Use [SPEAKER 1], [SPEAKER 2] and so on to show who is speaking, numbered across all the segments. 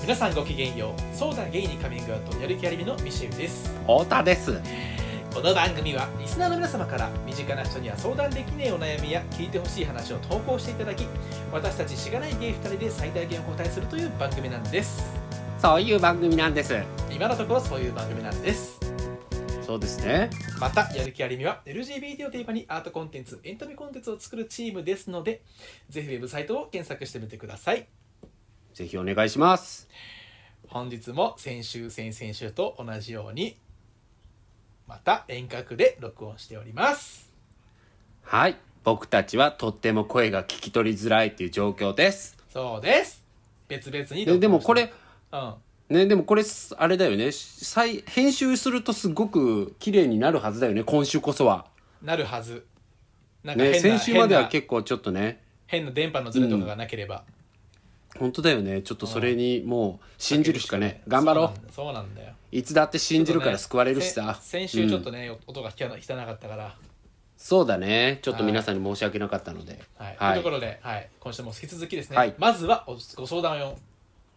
[SPEAKER 1] 皆さんごきげんようそうだゲイにカミングアウトやる気ありみのミシェルです
[SPEAKER 2] 太田です
[SPEAKER 1] この番組はリスナーの皆様から身近な人には相談できねえお悩みや聞いてほしい話を投稿していただき私たちしがないゲイ2人で最大限お答えするという番組なんです
[SPEAKER 2] そういう番組なんです
[SPEAKER 1] 今のところそういう番組なんです
[SPEAKER 2] そうですね
[SPEAKER 1] またやる気ありみは LGBT をテーマにアートコンテンツエンタメコンテンツを作るチームですのでぜひウェブサイトを検索してみてください
[SPEAKER 2] ぜひお願いします
[SPEAKER 1] 本日も先週先々週と同じようにまた遠隔で録音しております
[SPEAKER 2] はい僕たちはとっても声が聞き取りづらいという状況です
[SPEAKER 1] そうです別々に録音して
[SPEAKER 2] ででもこれ
[SPEAKER 1] うん
[SPEAKER 2] ねでもこれすあれだよねし再編集するとすごく綺麗になるはずだよね今週こそは
[SPEAKER 1] なるはずなんか変
[SPEAKER 2] ね先
[SPEAKER 1] な,、
[SPEAKER 2] 週までは
[SPEAKER 1] 変な
[SPEAKER 2] 結構ちょっとね
[SPEAKER 1] 変な電波のズレとかがなければ、
[SPEAKER 2] 本当だよねちょっとそれにもう信じるしかね
[SPEAKER 1] そう
[SPEAKER 2] 頑
[SPEAKER 1] な
[SPEAKER 2] 張
[SPEAKER 1] ん
[SPEAKER 2] ろ
[SPEAKER 1] だ
[SPEAKER 2] う
[SPEAKER 1] そうなんだよ
[SPEAKER 2] いつだって信じるから
[SPEAKER 1] ちょっとね
[SPEAKER 2] 救われるしさ
[SPEAKER 1] せ先週ちょっ
[SPEAKER 2] うん
[SPEAKER 1] とね、音が聞かな汚かったから
[SPEAKER 2] そうだねちょっと皆さんに申し訳なかったので
[SPEAKER 1] はい、
[SPEAKER 2] は
[SPEAKER 1] という
[SPEAKER 2] い
[SPEAKER 1] ところで、はい、今週も引き続きですね、
[SPEAKER 2] はい
[SPEAKER 1] まずはおご相談を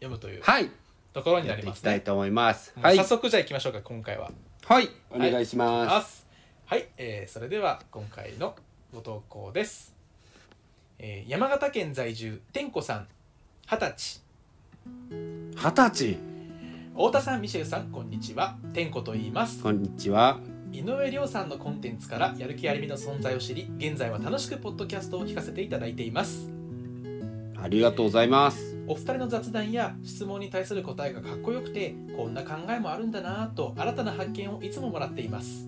[SPEAKER 1] 読むという
[SPEAKER 2] はい
[SPEAKER 1] ところに
[SPEAKER 2] やっ
[SPEAKER 1] なり
[SPEAKER 2] てい
[SPEAKER 1] ま
[SPEAKER 2] き
[SPEAKER 1] す
[SPEAKER 2] た
[SPEAKER 1] ね
[SPEAKER 2] い。と思います
[SPEAKER 1] もう
[SPEAKER 2] はい
[SPEAKER 1] 早速じゃあ行きましょうか、今回は。
[SPEAKER 2] はい、お願いしま
[SPEAKER 1] ますはい、えーそれでは今回のご投稿です、えー山形県在住天子さん二十歳
[SPEAKER 2] す。二十歳、
[SPEAKER 1] 太田さんミシェルさんこんにちは天子と言います
[SPEAKER 2] こんにちは。
[SPEAKER 1] 井上亮さんのコンテンツからやる気ありみの存在を知り現在は楽しくポッドキャストを聞かせていただいています
[SPEAKER 2] ありがとうございます。
[SPEAKER 1] お二人の雑談や質問に対する答えがかっこよくてこんな考えもあるんだなぁと新たな発見をいつももらっています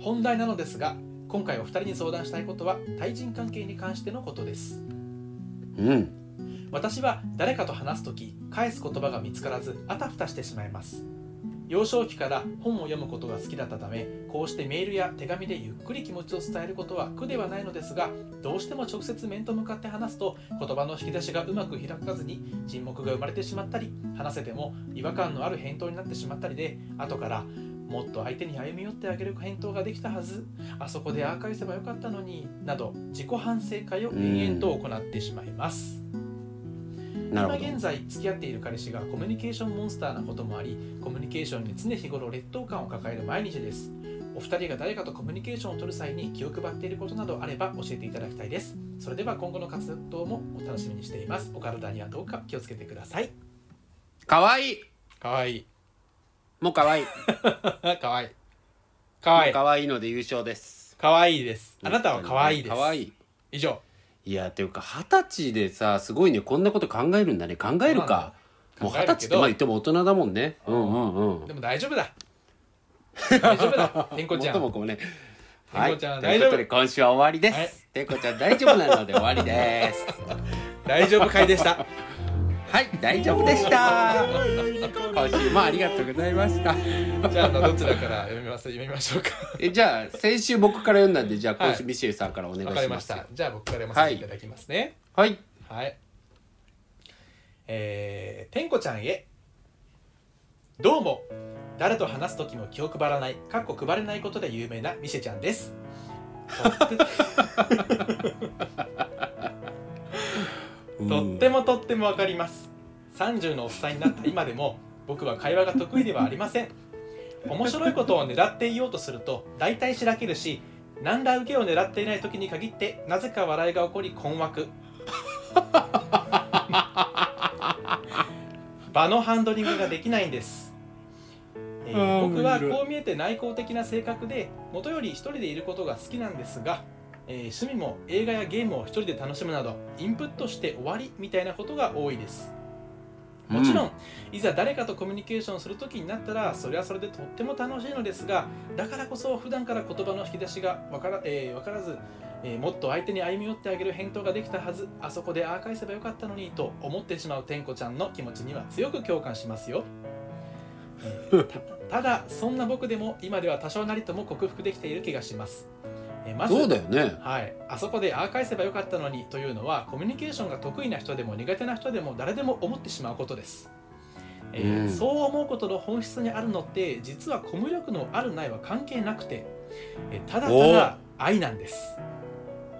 [SPEAKER 1] 本題なのですが今回お二人に相談したいことは対人関係に関してのことです
[SPEAKER 2] うん、
[SPEAKER 1] 私は誰かと話す時返す言葉が見つからずあたふたしてしまいます幼少期から本を読むことが好きだったためこうしてメールや手紙でゆっくり気持ちを伝えることは苦ではないのですがどうしても直接面と向かって話すと言葉の引き出しがうまく開かずに沈黙が生まれてしまったり話せても違和感のある返答になってしまったりで後からもっと相手に歩み寄ってあげる返答ができたはずあそこでああ返せばよかったのになど自己反省会を延々と行ってしまいます。
[SPEAKER 2] なるほど。
[SPEAKER 1] 今現在付き合っている彼氏がコミュニケーションモンスターなこともありコミュニケーションに常日頃劣等感を抱える毎日ですお二人が誰かとコミュニケーションを取る際に気を配っていることなどあれば教えていただきたいですそれでは今後の活動もお楽しみにしていますお体にはどうか気をつけてください
[SPEAKER 2] 可愛い
[SPEAKER 1] かわいい
[SPEAKER 2] もう可愛い
[SPEAKER 1] かわいい かわいい
[SPEAKER 2] 可愛いので優勝です。
[SPEAKER 1] かわいいですあなたはかわいいです
[SPEAKER 2] 可愛い。
[SPEAKER 1] 以上
[SPEAKER 2] いや、ていうか、二十歳でさ、すごいね、こんなこと考えるんだね。考えるか。
[SPEAKER 1] そ
[SPEAKER 2] も
[SPEAKER 1] う
[SPEAKER 2] う
[SPEAKER 1] なん
[SPEAKER 2] 二
[SPEAKER 1] だ
[SPEAKER 2] 十
[SPEAKER 1] 考え
[SPEAKER 2] 歳って
[SPEAKER 1] るけど
[SPEAKER 2] まあ言っても大人だもんね。
[SPEAKER 1] う
[SPEAKER 2] うんんうんうん。
[SPEAKER 1] でも大丈 夫だ大丈夫だ天子ちゃ
[SPEAKER 2] も
[SPEAKER 1] ん
[SPEAKER 2] ともこもね。は
[SPEAKER 1] てん
[SPEAKER 2] い。
[SPEAKER 1] こ
[SPEAKER 2] と
[SPEAKER 1] ちゃん
[SPEAKER 2] いうことで、今週は終わりで
[SPEAKER 1] はい
[SPEAKER 2] す。てんこちゃん大丈夫なので終わりです。
[SPEAKER 1] 大丈夫会でした
[SPEAKER 2] はい、大丈夫でした。今週もありがとうございました。
[SPEAKER 1] じゃあどちらから読みます読みましょうか
[SPEAKER 2] えじゃあ先週僕から読んだんでじゃあ今
[SPEAKER 1] はい
[SPEAKER 2] 週ミシェルさんからお願いし
[SPEAKER 1] わ
[SPEAKER 2] ます。
[SPEAKER 1] かりました。じゃあ僕から読ませていただきますね。
[SPEAKER 2] はい。
[SPEAKER 1] はい。えー、てんこちゃんへ。どうも。誰と話す時も気を配らない、かっこ配れないことで有名なミシェちゃん です。とってもとってもわかります30のおっさんになった今でも僕は会話が得意ではありません面白いことを狙っていようとすると大体しらけるし何ら受けを狙っていない時に限ってなぜか笑いが起こり困惑 場のハンドリングができないんです、えー
[SPEAKER 2] あー
[SPEAKER 1] 僕は
[SPEAKER 2] 面白い
[SPEAKER 1] こう見えて内向的な性格で元より一人でいることが好きなんですがえー趣味も映画やゲームを一人で楽しむなどインプットして終わりみたいなことが多いですもちろん、
[SPEAKER 2] うん
[SPEAKER 1] いざ誰かとコミュニケーションする時になったらそれはそれでとっても楽しいのですがだからこそ普段から言葉の引き出しがわから,、えーわからず、えーもっと相手に歩み寄ってあげる返答ができたはずあそこでああ返せばよかったのにと思ってしまうてんこちゃんの気持ちには強く共感しますよえーた ただそんな僕でも今では多少なりとも克服できている気がします、えーまず
[SPEAKER 2] そうだよね。
[SPEAKER 1] はい、あそこでああ返せばよかったのにというのはコミュニケーションが得意な人でも苦手な人でも誰でも思ってしまうことです、えー
[SPEAKER 2] うん
[SPEAKER 1] そう思うことの本質にあるのって実はコミュ力のあるないは関係なくて、えーただただ愛なんです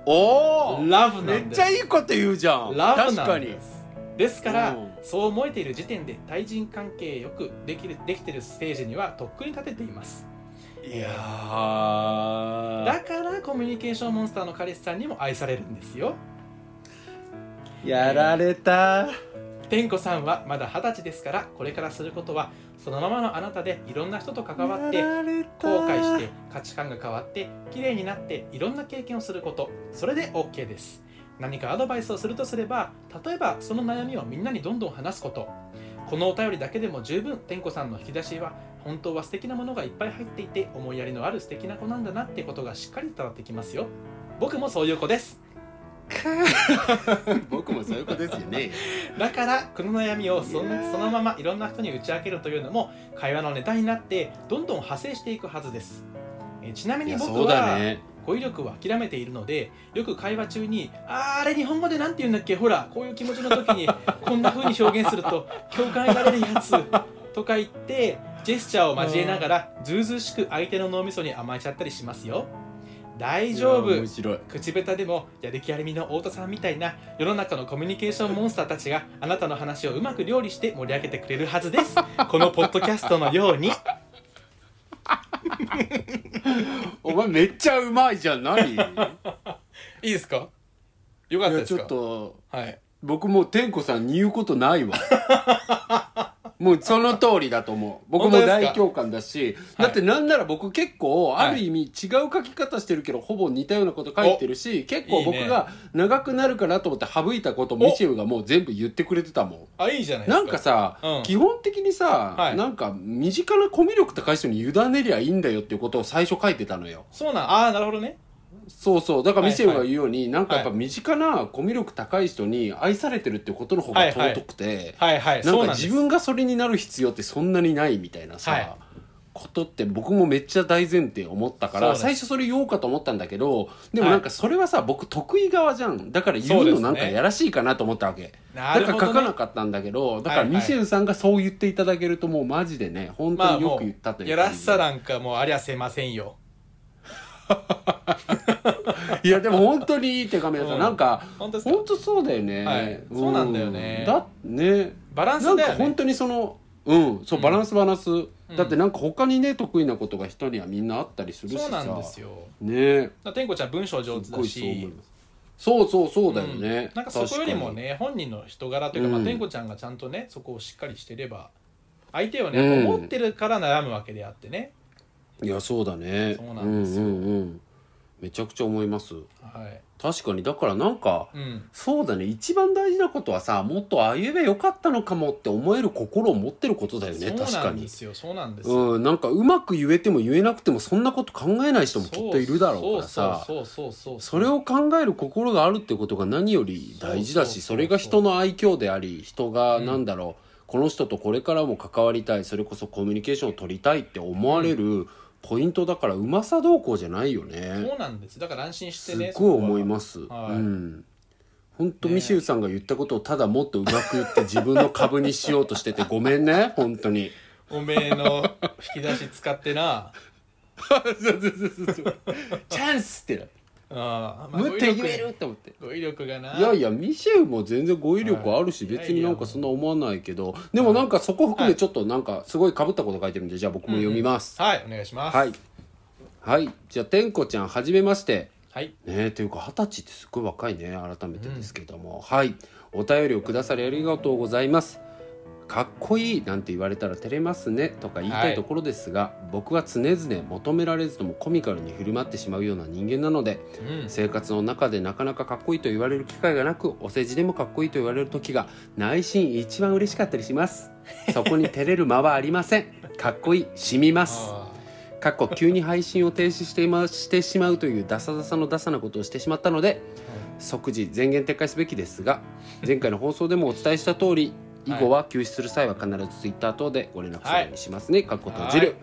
[SPEAKER 2] おお。
[SPEAKER 1] ラブな
[SPEAKER 2] め
[SPEAKER 1] ん
[SPEAKER 2] っ
[SPEAKER 1] で
[SPEAKER 2] ち
[SPEAKER 1] す
[SPEAKER 2] ゃいいこと言うじゃん。
[SPEAKER 1] ラブ
[SPEAKER 2] 確
[SPEAKER 1] な
[SPEAKER 2] か
[SPEAKER 1] ん
[SPEAKER 2] に
[SPEAKER 1] で。すですから
[SPEAKER 2] うん
[SPEAKER 1] そう思えている時点で対人関係よくできるできてるステージにはとっくに立てています
[SPEAKER 2] いやー
[SPEAKER 1] だからコミュニケーションモンスターの彼氏さんにも愛されるんですよ
[SPEAKER 2] やられた
[SPEAKER 1] 天子さんはまだ二十歳ですからこれからすることはそのままのあなたでいろんな人と関わって
[SPEAKER 2] やられた
[SPEAKER 1] 後悔して価値観が変わって綺麗になっていろんな経験をすることそれで OK です何かアドバイスをするとすれば例えばその悩みをみんなにどんどん話すことこのお便りだけでも十分天子さんの引き出しは本当は素敵なものがいっぱい入っていて思いやりのある素敵な子なんだなってことがしっかり伝わってきますよ僕もそういう子です
[SPEAKER 2] 僕もそういうことですよ ね
[SPEAKER 1] だからこの悩みをそんなそのままいろんな人に打ち明けるというのも会話のネタになってどんどん派生していくはずですえちなみ
[SPEAKER 2] い
[SPEAKER 1] に
[SPEAKER 2] や
[SPEAKER 1] 僕
[SPEAKER 2] そう
[SPEAKER 1] は、
[SPEAKER 2] だね
[SPEAKER 1] 語彙力を諦めているのでよく会話中に「あーあれ日本語でなんて言うんだっけほらこういう気持ちの時 にこんな風に表現すると共感得られるやつ」とか言ってジェスチャーを交えながらずうずうしく相手の脳みそに甘えちゃったりしますよ大丈
[SPEAKER 2] いや
[SPEAKER 1] 夫
[SPEAKER 2] 面白い
[SPEAKER 1] 口下手でもやる気ありみの太田さんみたいな世の中のコミュニケーションモンスターたちがあなたの話をうまく料理して盛り上げてくれるはず ですこのポッドキャストのように
[SPEAKER 2] お前めっちゃうまいじゃないい
[SPEAKER 1] いいですかよかった
[SPEAKER 2] や
[SPEAKER 1] で
[SPEAKER 2] ち
[SPEAKER 1] す
[SPEAKER 2] ょ
[SPEAKER 1] か
[SPEAKER 2] っと
[SPEAKER 1] はい
[SPEAKER 2] 僕もう天子さんに言うことない わもうその通りだと思う僕も
[SPEAKER 1] 本当ですか
[SPEAKER 2] 大共感だし
[SPEAKER 1] はい
[SPEAKER 2] だってなんなら僕結構
[SPEAKER 1] はい
[SPEAKER 2] ある意味違う書き方してるけどほぼ似たようなこと書いてるし結構僕
[SPEAKER 1] いいね
[SPEAKER 2] が長くなるかなと思って省いたことミシェウがもう全部言ってくれてたも
[SPEAKER 1] あいいじゃない
[SPEAKER 2] んな
[SPEAKER 1] ですか
[SPEAKER 2] んかさ、
[SPEAKER 1] うん
[SPEAKER 2] 基本的にさ、
[SPEAKER 1] はい
[SPEAKER 2] なんか身近なコミュ力高い人に委ねりゃいいんだよっていうことを最初書いてたのよ
[SPEAKER 1] そうなんああなるほどね
[SPEAKER 2] そうそうだから
[SPEAKER 1] はい
[SPEAKER 2] ミシェルが言うように、なんかやっぱ身近なコミュ力高い人に愛されてるってことの方が尊くて、
[SPEAKER 1] はいはい
[SPEAKER 2] な
[SPEAKER 1] そ
[SPEAKER 2] ん
[SPEAKER 1] う
[SPEAKER 2] か
[SPEAKER 1] なんです
[SPEAKER 2] 自分がそれになる必要ってそんなにないみたいなさ、
[SPEAKER 1] はい
[SPEAKER 2] ことって僕もめっちゃ大前提思ったか
[SPEAKER 1] そう
[SPEAKER 2] ら
[SPEAKER 1] です
[SPEAKER 2] 最初それ言おうかと思ったんだけどでもなんかそれはさ、僕得意側じゃんだから言
[SPEAKER 1] そう
[SPEAKER 2] う
[SPEAKER 1] です
[SPEAKER 2] の
[SPEAKER 1] ね
[SPEAKER 2] なんかやらしいかなと思ったわけ、
[SPEAKER 1] な
[SPEAKER 2] だ
[SPEAKER 1] る
[SPEAKER 2] か
[SPEAKER 1] ほ
[SPEAKER 2] ら書
[SPEAKER 1] ど、
[SPEAKER 2] か
[SPEAKER 1] ね
[SPEAKER 2] な、かったんだけどだ
[SPEAKER 1] は
[SPEAKER 2] から
[SPEAKER 1] いはい
[SPEAKER 2] ミシェルさんがそう言っていただけるともうマジでね本当によく言ったという
[SPEAKER 1] や
[SPEAKER 2] か、
[SPEAKER 1] らしさなんかもうありゃせませんよ
[SPEAKER 2] いやでも本当にいい手紙だった、
[SPEAKER 1] うん
[SPEAKER 2] なんか
[SPEAKER 1] 本当ですか
[SPEAKER 2] 本当そうだよね、
[SPEAKER 1] はいそうなんだよね
[SPEAKER 2] だね
[SPEAKER 1] バラン
[SPEAKER 2] な
[SPEAKER 1] ス
[SPEAKER 2] ん
[SPEAKER 1] だ
[SPEAKER 2] か
[SPEAKER 1] よね
[SPEAKER 2] 本当にそのうんそう
[SPEAKER 1] うん
[SPEAKER 2] バランスバランス、だってなんか他にね得意なことが人にはみんなあったりするしさ
[SPEAKER 1] そうなんですよ
[SPEAKER 2] ね
[SPEAKER 1] だから天子ちゃん文章上手
[SPEAKER 2] すっご
[SPEAKER 1] だ
[SPEAKER 2] いそう思い
[SPEAKER 1] し
[SPEAKER 2] ますそうそうそうだよね、
[SPEAKER 1] うんなんかそこよりもね本人の人柄というか、まあ、
[SPEAKER 2] うん
[SPEAKER 1] 天子ちゃんがちゃんとねそこをしっかりしてれば相手をね、
[SPEAKER 2] うん
[SPEAKER 1] 思ってるから悩むわけであってね、
[SPEAKER 2] 確かにいやそうだね
[SPEAKER 1] そうなんですよ
[SPEAKER 2] うんうんうんめちゃくちゃ思います
[SPEAKER 1] はい
[SPEAKER 2] 確かにだからなんか
[SPEAKER 1] うん、
[SPEAKER 2] そうだね一番大事なことはさもっとああ言えばよかったのかもって思える心を持ってることだよね
[SPEAKER 1] そう
[SPEAKER 2] 確
[SPEAKER 1] な
[SPEAKER 2] か
[SPEAKER 1] んで
[SPEAKER 2] に
[SPEAKER 1] すよそうなんですよ、
[SPEAKER 2] うん、なんかうまく言えても言えなくてもそんなこと考えない人もきっといるだろうからさ
[SPEAKER 1] そうそうそうそう
[SPEAKER 2] それを考える心があるってことが何より大事だし
[SPEAKER 1] そ
[SPEAKER 2] そ
[SPEAKER 1] うそうそうそう
[SPEAKER 2] れが人の愛嬌であり人がなんだろうこの人とこれからも関わりたいそれこそコミュニケーションを取りたいって思われるポイントだからうまさどうこうじゃないよね
[SPEAKER 1] そうなんですだから安心して
[SPEAKER 2] す
[SPEAKER 1] ね
[SPEAKER 2] っごい思いますす
[SPEAKER 1] はい
[SPEAKER 2] うん本当
[SPEAKER 1] ね
[SPEAKER 2] ミシェルさんが言ったことをただもっとうまく言って自分の株にしようとしててごめんね本当に。
[SPEAKER 1] おめえの引き出し使ってな
[SPEAKER 2] そうそうそうそうチャンスってな
[SPEAKER 1] ああ、まあ
[SPEAKER 2] むって言えるって思って。
[SPEAKER 1] 語彙力がない
[SPEAKER 2] やいやミシェウも全然語彙力あるし
[SPEAKER 1] はい
[SPEAKER 2] 別になんかそんな思わないけどでもなんかそこ含めちょっとなんかすごいかぶったこと書いてるんでじゃあ僕も読みます
[SPEAKER 1] はいお願いします
[SPEAKER 2] はいはいじゃあ天子ちゃんはじめまして
[SPEAKER 1] はい
[SPEAKER 2] ねえというか二十歳ってすごい若いね改めてですけども、はいお便りをくださりありがとうございますかっこいいなんて言われたら照れますねとか言いたいところですが、僕は常々求められずともコミカルに振る舞ってしまうような人間なので
[SPEAKER 1] うん
[SPEAKER 2] 生活の中でなかなかかっこいいと言われる機会がなくお世辞でもかっこいいと言われる時が内心一番嬉しかったりしますそこに照れる間はありませんかっこいいしみます
[SPEAKER 1] あ
[SPEAKER 2] かっこ急に配信を停止していましてしまうというダサダサのダサなことをしてしまったので即時全言撤回すべきですが前回の放送でもお伝えした通り以後は休止する際は必ずツイッター等でご連絡するようにしますね、かっこ閉じる、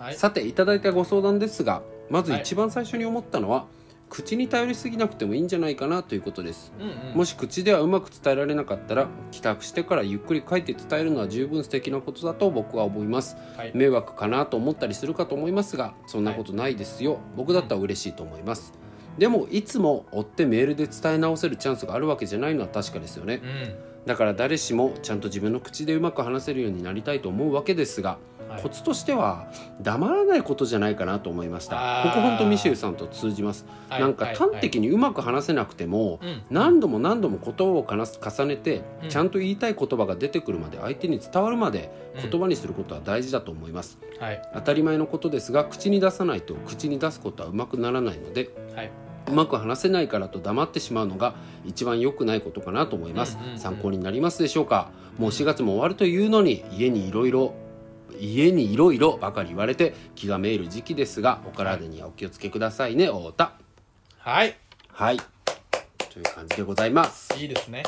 [SPEAKER 1] ーはい
[SPEAKER 2] さていただいたご相談ですがまず
[SPEAKER 1] はい
[SPEAKER 2] 一番最初に思ったのは、口に頼りすぎなくてもいいんじゃないかなということです、
[SPEAKER 1] うんうん
[SPEAKER 2] もし口ではうまく伝えられなかったら帰宅してからゆっくり書いて伝えるのは十分素敵なことだと僕は思います
[SPEAKER 1] はい
[SPEAKER 2] 迷惑かなと思ったりするかと思いますがそんなことないですよ、僕だったら嬉しいと思いますでもいつも追ってメールで伝え直せるチャンスがあるわけじゃないのは確かですよね
[SPEAKER 1] うん
[SPEAKER 2] だから誰しもちゃんと自分の口でうまく話せるようになりたいと思うわけですが、
[SPEAKER 1] はい
[SPEAKER 2] コツとしては黙らないことじゃないかなと思いました
[SPEAKER 1] あー
[SPEAKER 2] ここ本当ミシェルさんと通じます、
[SPEAKER 1] はい
[SPEAKER 2] なんか
[SPEAKER 1] はい
[SPEAKER 2] 端的にうまく話せなくても、
[SPEAKER 1] はいうん
[SPEAKER 2] 何度も何度もことを話す重ねて、
[SPEAKER 1] うん
[SPEAKER 2] ちゃんと言いたい言葉が出てくるまで相手に伝わるまで
[SPEAKER 1] うん
[SPEAKER 2] 言葉にすることは大事だと思います、
[SPEAKER 1] はい
[SPEAKER 2] 当たり前のことですが口に出さないと口に出すことはうまくならないので
[SPEAKER 1] はいう
[SPEAKER 2] まく話せないからと黙ってしまうのが一番良くないことかなと思います、
[SPEAKER 1] うんうんうん
[SPEAKER 2] 参考になりますでしょうかもう4月も終わるというのに家にいろいろ家にいろいろばかり言われて気がめいる時期ですがお体にはお気をつけくださいね太田
[SPEAKER 1] はい
[SPEAKER 2] はいという感じでございます
[SPEAKER 1] いいですね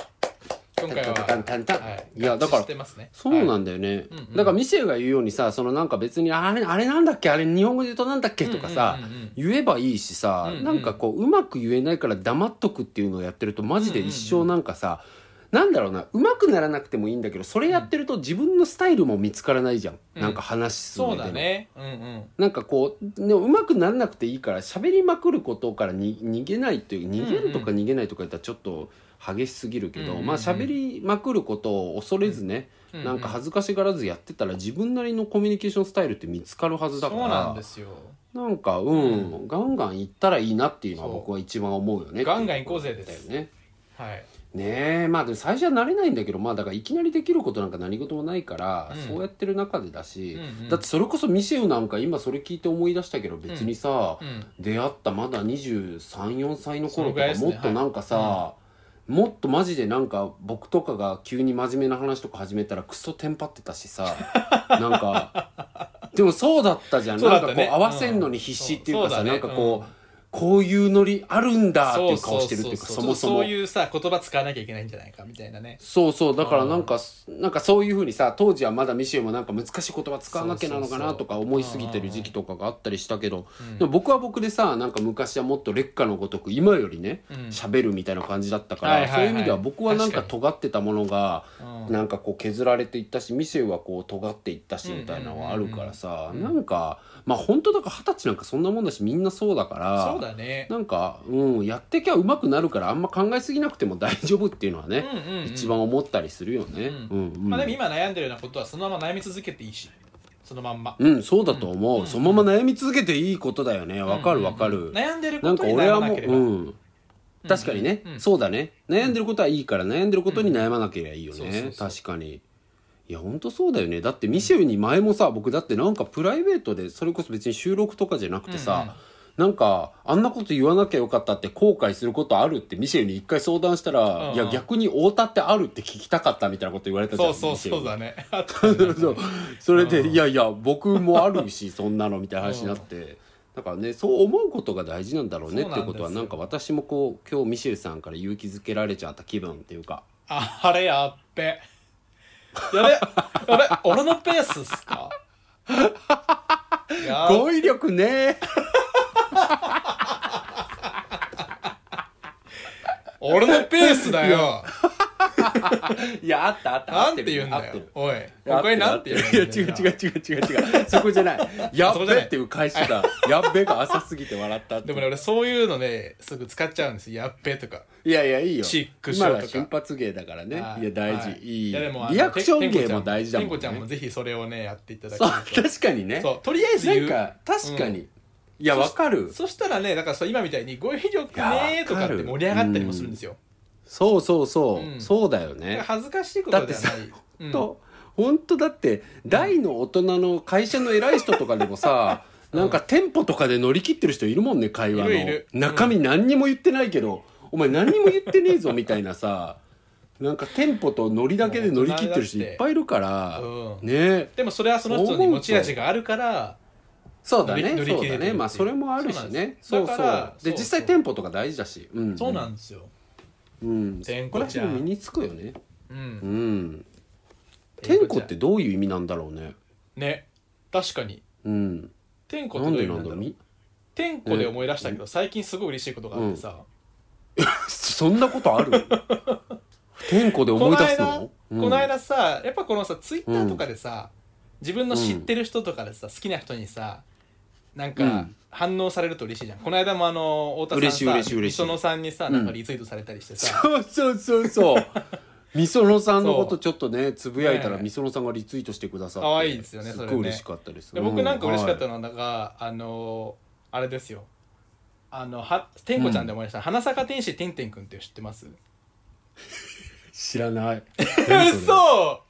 [SPEAKER 1] 今回は
[SPEAKER 2] タンタンタンタン
[SPEAKER 1] はい
[SPEAKER 2] いやだから
[SPEAKER 1] 合致してますね
[SPEAKER 2] そう
[SPEAKER 1] は
[SPEAKER 2] なんだよね、
[SPEAKER 1] うんうん
[SPEAKER 2] だからミシェルが言うようにさそのなんか別にあれあれなんだっけあれ日本語で言うとなんだっけ
[SPEAKER 1] い
[SPEAKER 2] とかさ、
[SPEAKER 1] うんうんうんうん
[SPEAKER 2] 言えばいいしさ、
[SPEAKER 1] うんうん
[SPEAKER 2] なんかこううまく言えないから黙っとくっていうのをやってるとマジで一生なんかさ、なんだろうなうまくならなくてもいいんだけどそれやってると自分のスタイルも見つからないじゃん、
[SPEAKER 1] うん
[SPEAKER 2] なんか話す上で
[SPEAKER 1] そう
[SPEAKER 2] の
[SPEAKER 1] だねうんうん
[SPEAKER 2] なんかこうでもうまくならなくていいから喋りまくることからに逃げないという逃げるとか逃げないとか言ったらちょっと激しすぎるけど、
[SPEAKER 1] うんうんうん
[SPEAKER 2] まあ喋りまくることを恐れずね、
[SPEAKER 1] うう
[SPEAKER 2] なんか恥ずかしがらずやってたら自分なりのコミュニケーションスタイルって見つかるはずだから
[SPEAKER 1] そうなんですよ
[SPEAKER 2] なんかうん、ガンガン行ったらいいなっていうのは
[SPEAKER 1] そう
[SPEAKER 2] 僕は一番思うよね
[SPEAKER 1] ガンガン行こうぜで
[SPEAKER 2] だよ
[SPEAKER 1] す
[SPEAKER 2] ね
[SPEAKER 1] はい
[SPEAKER 2] ねえまあでも最初は慣れないんだけどまあだからいきなりできることなんか何事もないから、
[SPEAKER 1] うん
[SPEAKER 2] そうやってる中でだし、
[SPEAKER 1] うんうん
[SPEAKER 2] だってそれこそミシェウなんか今それ聞いて思い出したけど別にさ、
[SPEAKER 1] うん
[SPEAKER 2] 出会ったまだ234歳の頃
[SPEAKER 1] その
[SPEAKER 2] と
[SPEAKER 1] ぐらい
[SPEAKER 2] か
[SPEAKER 1] です
[SPEAKER 2] も
[SPEAKER 1] ね
[SPEAKER 2] っとなんかさ、もっとマジでなんか僕とかが急に真面目な話とか始めたらクソテンパってたしさ なんかでもそうだったじゃん、
[SPEAKER 1] そう
[SPEAKER 2] な
[SPEAKER 1] だ
[SPEAKER 2] ん
[SPEAKER 1] っ
[SPEAKER 2] か
[SPEAKER 1] た
[SPEAKER 2] こ
[SPEAKER 1] ね
[SPEAKER 2] う合わせんのに必死っていうかさ、
[SPEAKER 1] うんそう
[SPEAKER 2] な
[SPEAKER 1] そ
[SPEAKER 2] んか
[SPEAKER 1] うだね
[SPEAKER 2] こう、
[SPEAKER 1] うん
[SPEAKER 2] こういうノリあるんだっていう顔してるっていうかそ
[SPEAKER 1] そうそうそう
[SPEAKER 2] もそも
[SPEAKER 1] そういうさ言葉使わなきゃいけないんじゃないかみたいなね
[SPEAKER 2] そうそうだからなんか、なんかそういうふうにさ当時はまだミシェルもなんか難しい言葉使わなきゃなのかなとか思いすぎてる時期とかがあったりしたけど、
[SPEAKER 1] うん
[SPEAKER 2] でも僕は僕でさなんか昔はもっと劣化のごとく今よりね
[SPEAKER 1] うん
[SPEAKER 2] 喋、るみたいな感じだったから、
[SPEAKER 1] はいはいはい
[SPEAKER 2] そういう意味では僕はなんか
[SPEAKER 1] 確か
[SPEAKER 2] 尖ってたものが
[SPEAKER 1] うん
[SPEAKER 2] なんかこう削られていったしミシェルはこう尖っていったしみたいなのはあるからさ、
[SPEAKER 1] うんうんうんうん
[SPEAKER 2] なんかまあ本当だから二十歳なんかそんなもんだしみんなそうだから
[SPEAKER 1] そうだね
[SPEAKER 2] なんか、うん、やってきゃうまくなるからあんま考えすぎなくても大丈夫っていうのはね、
[SPEAKER 1] うんうんうん
[SPEAKER 2] 一番思ったりするよね。う、
[SPEAKER 1] うん
[SPEAKER 2] うん、
[SPEAKER 1] まあでも今悩んでるようなことはそのまま悩み続けていいしそのまんま
[SPEAKER 2] うん、そうだと思う、
[SPEAKER 1] うん
[SPEAKER 2] そのまま悩み続けていいことだよね。わかるわかる。
[SPEAKER 1] うんうんうん悩んでる
[SPEAKER 2] な
[SPEAKER 1] こ
[SPEAKER 2] ん
[SPEAKER 1] と
[SPEAKER 2] か
[SPEAKER 1] に
[SPEAKER 2] 俺
[SPEAKER 1] 悩
[SPEAKER 2] は
[SPEAKER 1] ま
[SPEAKER 2] も
[SPEAKER 1] な
[SPEAKER 2] う、
[SPEAKER 1] ければ
[SPEAKER 2] うん、確かにね、
[SPEAKER 1] うん
[SPEAKER 2] そうだね。悩んでることはいいから悩んでることに悩まなければいいよ
[SPEAKER 1] うんそうそ
[SPEAKER 2] ね
[SPEAKER 1] う。そう
[SPEAKER 2] 確かに。いや本当そうだよねだってミシェルに前もさ僕だってなんかプライベートでそれこそ別に収録とかじゃなくてさ、なんかあんなこと言わなきゃよかったって後悔することあるってミシェルに一回相談したら、
[SPEAKER 1] うん
[SPEAKER 2] いや逆に太田ってあるって聞きたかったみたいなこと言われたじゃ
[SPEAKER 1] そ
[SPEAKER 2] ん
[SPEAKER 1] う
[SPEAKER 2] ミシ
[SPEAKER 1] そう
[SPEAKER 2] ェル
[SPEAKER 1] そ
[SPEAKER 2] に
[SPEAKER 1] うだねあった
[SPEAKER 2] そうそれで、
[SPEAKER 1] うん
[SPEAKER 2] いやいや僕もあるし そんなのみたいな話になって、だからねそう思うことが大事なんだろうね
[SPEAKER 1] そう
[SPEAKER 2] っ
[SPEAKER 1] な
[SPEAKER 2] て
[SPEAKER 1] ん
[SPEAKER 2] いうことは
[SPEAKER 1] ですよ
[SPEAKER 2] なんか私もこう今日ミシェルさんから勇気づけられちゃった気分っていうか
[SPEAKER 1] ああれやっべやべやべ俺のペースっすかや
[SPEAKER 2] 語彙力ね
[SPEAKER 1] 俺のペースだよ
[SPEAKER 2] いやあったあった
[SPEAKER 1] なんて言うんだよおい
[SPEAKER 2] 合っ
[SPEAKER 1] 他
[SPEAKER 2] て
[SPEAKER 1] に
[SPEAKER 2] る
[SPEAKER 1] なんて言うん
[SPEAKER 2] い
[SPEAKER 1] だ
[SPEAKER 2] や
[SPEAKER 1] よ
[SPEAKER 2] 違う違う違う違う違うそこじゃない「や
[SPEAKER 1] そ
[SPEAKER 2] っ
[SPEAKER 1] こじゃな
[SPEAKER 2] べ」
[SPEAKER 1] い
[SPEAKER 2] っていう返しだ「やっべ」が浅すぎて笑ったって
[SPEAKER 1] でもね俺そういうのねすぐ使っちゃうんですよやっべとか
[SPEAKER 2] いやいやいいよ
[SPEAKER 1] チックショ
[SPEAKER 2] 今
[SPEAKER 1] ーと
[SPEAKER 2] が
[SPEAKER 1] か
[SPEAKER 2] 瞬発芸だからね
[SPEAKER 1] はい
[SPEAKER 2] や大事
[SPEAKER 1] はい
[SPEAKER 2] いい
[SPEAKER 1] やでもあの
[SPEAKER 2] リアクション芸も大事だもん
[SPEAKER 1] てんこちゃんもぜひそれをねやっていただき
[SPEAKER 2] そう
[SPEAKER 1] たい
[SPEAKER 2] 確かにね
[SPEAKER 1] そうとりあえず
[SPEAKER 2] な
[SPEAKER 1] 言
[SPEAKER 2] ん
[SPEAKER 1] う
[SPEAKER 2] か確かに、
[SPEAKER 1] う
[SPEAKER 2] いや
[SPEAKER 1] そ
[SPEAKER 2] わかる
[SPEAKER 1] そしたらねだからさ今みたいに語彙力ねーとかって盛り上がったりもするんですよ、
[SPEAKER 2] そうそうそう、
[SPEAKER 1] うん
[SPEAKER 2] そうだよ
[SPEAKER 1] だから
[SPEAKER 2] ね
[SPEAKER 1] 恥ずかしいことではないうん
[SPEAKER 2] と本当だって大の大人の会社の偉い人とかでも さ、なんか店舗とかで乗り切ってる人いるもんね会話の
[SPEAKER 1] いるいるうん
[SPEAKER 2] 中身何にも言ってないけど、お前何にも言ってねえぞみたいなさなんか店舗とノリだけで乗り切ってる人いっぱいいるから、
[SPEAKER 1] うん
[SPEAKER 2] ね
[SPEAKER 1] でもそれはその人に持ち味があるから
[SPEAKER 2] そうだね
[SPEAKER 1] 乗り乗り
[SPEAKER 2] そう
[SPEAKER 1] 切
[SPEAKER 2] だ
[SPEAKER 1] れてるってい
[SPEAKER 2] ね
[SPEAKER 1] う
[SPEAKER 2] まあそれもあるしね
[SPEAKER 1] そ
[SPEAKER 2] そうう
[SPEAKER 1] なん
[SPEAKER 2] そう
[SPEAKER 1] ですだか
[SPEAKER 2] で
[SPEAKER 1] らそうそう
[SPEAKER 2] 実際店舗とか大事だし、うん、
[SPEAKER 1] そうなんですよ、
[SPEAKER 2] うん、
[SPEAKER 1] てん
[SPEAKER 2] こ
[SPEAKER 1] こ
[SPEAKER 2] れ
[SPEAKER 1] ちゃん
[SPEAKER 2] はもう身につくよね
[SPEAKER 1] う、
[SPEAKER 2] うんん
[SPEAKER 1] て
[SPEAKER 2] 天
[SPEAKER 1] ん
[SPEAKER 2] 子
[SPEAKER 1] こちゃん
[SPEAKER 2] ってどういう意味なんだろうね
[SPEAKER 1] ね確かに
[SPEAKER 2] うん
[SPEAKER 1] 天子っ
[SPEAKER 2] な
[SPEAKER 1] て
[SPEAKER 2] ん
[SPEAKER 1] どうい
[SPEAKER 2] でな
[SPEAKER 1] う意
[SPEAKER 2] んだろう
[SPEAKER 1] 味なんだろう
[SPEAKER 2] み
[SPEAKER 1] 天子で思い出したけど最近すごい嬉しいことがあってさ、
[SPEAKER 2] そんなことある天子で思い出すのうん
[SPEAKER 1] この間さやっぱこのさツイッターとかでさ、自分の知ってる人とかでさ好きな人にさなん
[SPEAKER 2] う
[SPEAKER 1] か
[SPEAKER 2] ん
[SPEAKER 1] 反応されると嬉しいじゃん、この間もあの太田さんさ
[SPEAKER 2] 嬉しい嬉しい嬉しい
[SPEAKER 1] 磯野さんにさ
[SPEAKER 2] うん
[SPEAKER 1] なんかリツイートされたりしてさ、
[SPEAKER 2] そうそうそうそうみそのさんのことちょっとねつぶやいたら
[SPEAKER 1] ね
[SPEAKER 2] みそのさんがリツイートしてくださって
[SPEAKER 1] 可愛いですよね
[SPEAKER 2] す
[SPEAKER 1] そ
[SPEAKER 2] っ
[SPEAKER 1] れね
[SPEAKER 2] ごい嬉しかったです
[SPEAKER 1] で僕なんか嬉しかったのはなんか、あのーあれですよあのは天子ちゃんで思い出した、花坂天使てんてんくんって知ってます
[SPEAKER 2] 知らない
[SPEAKER 1] 嘘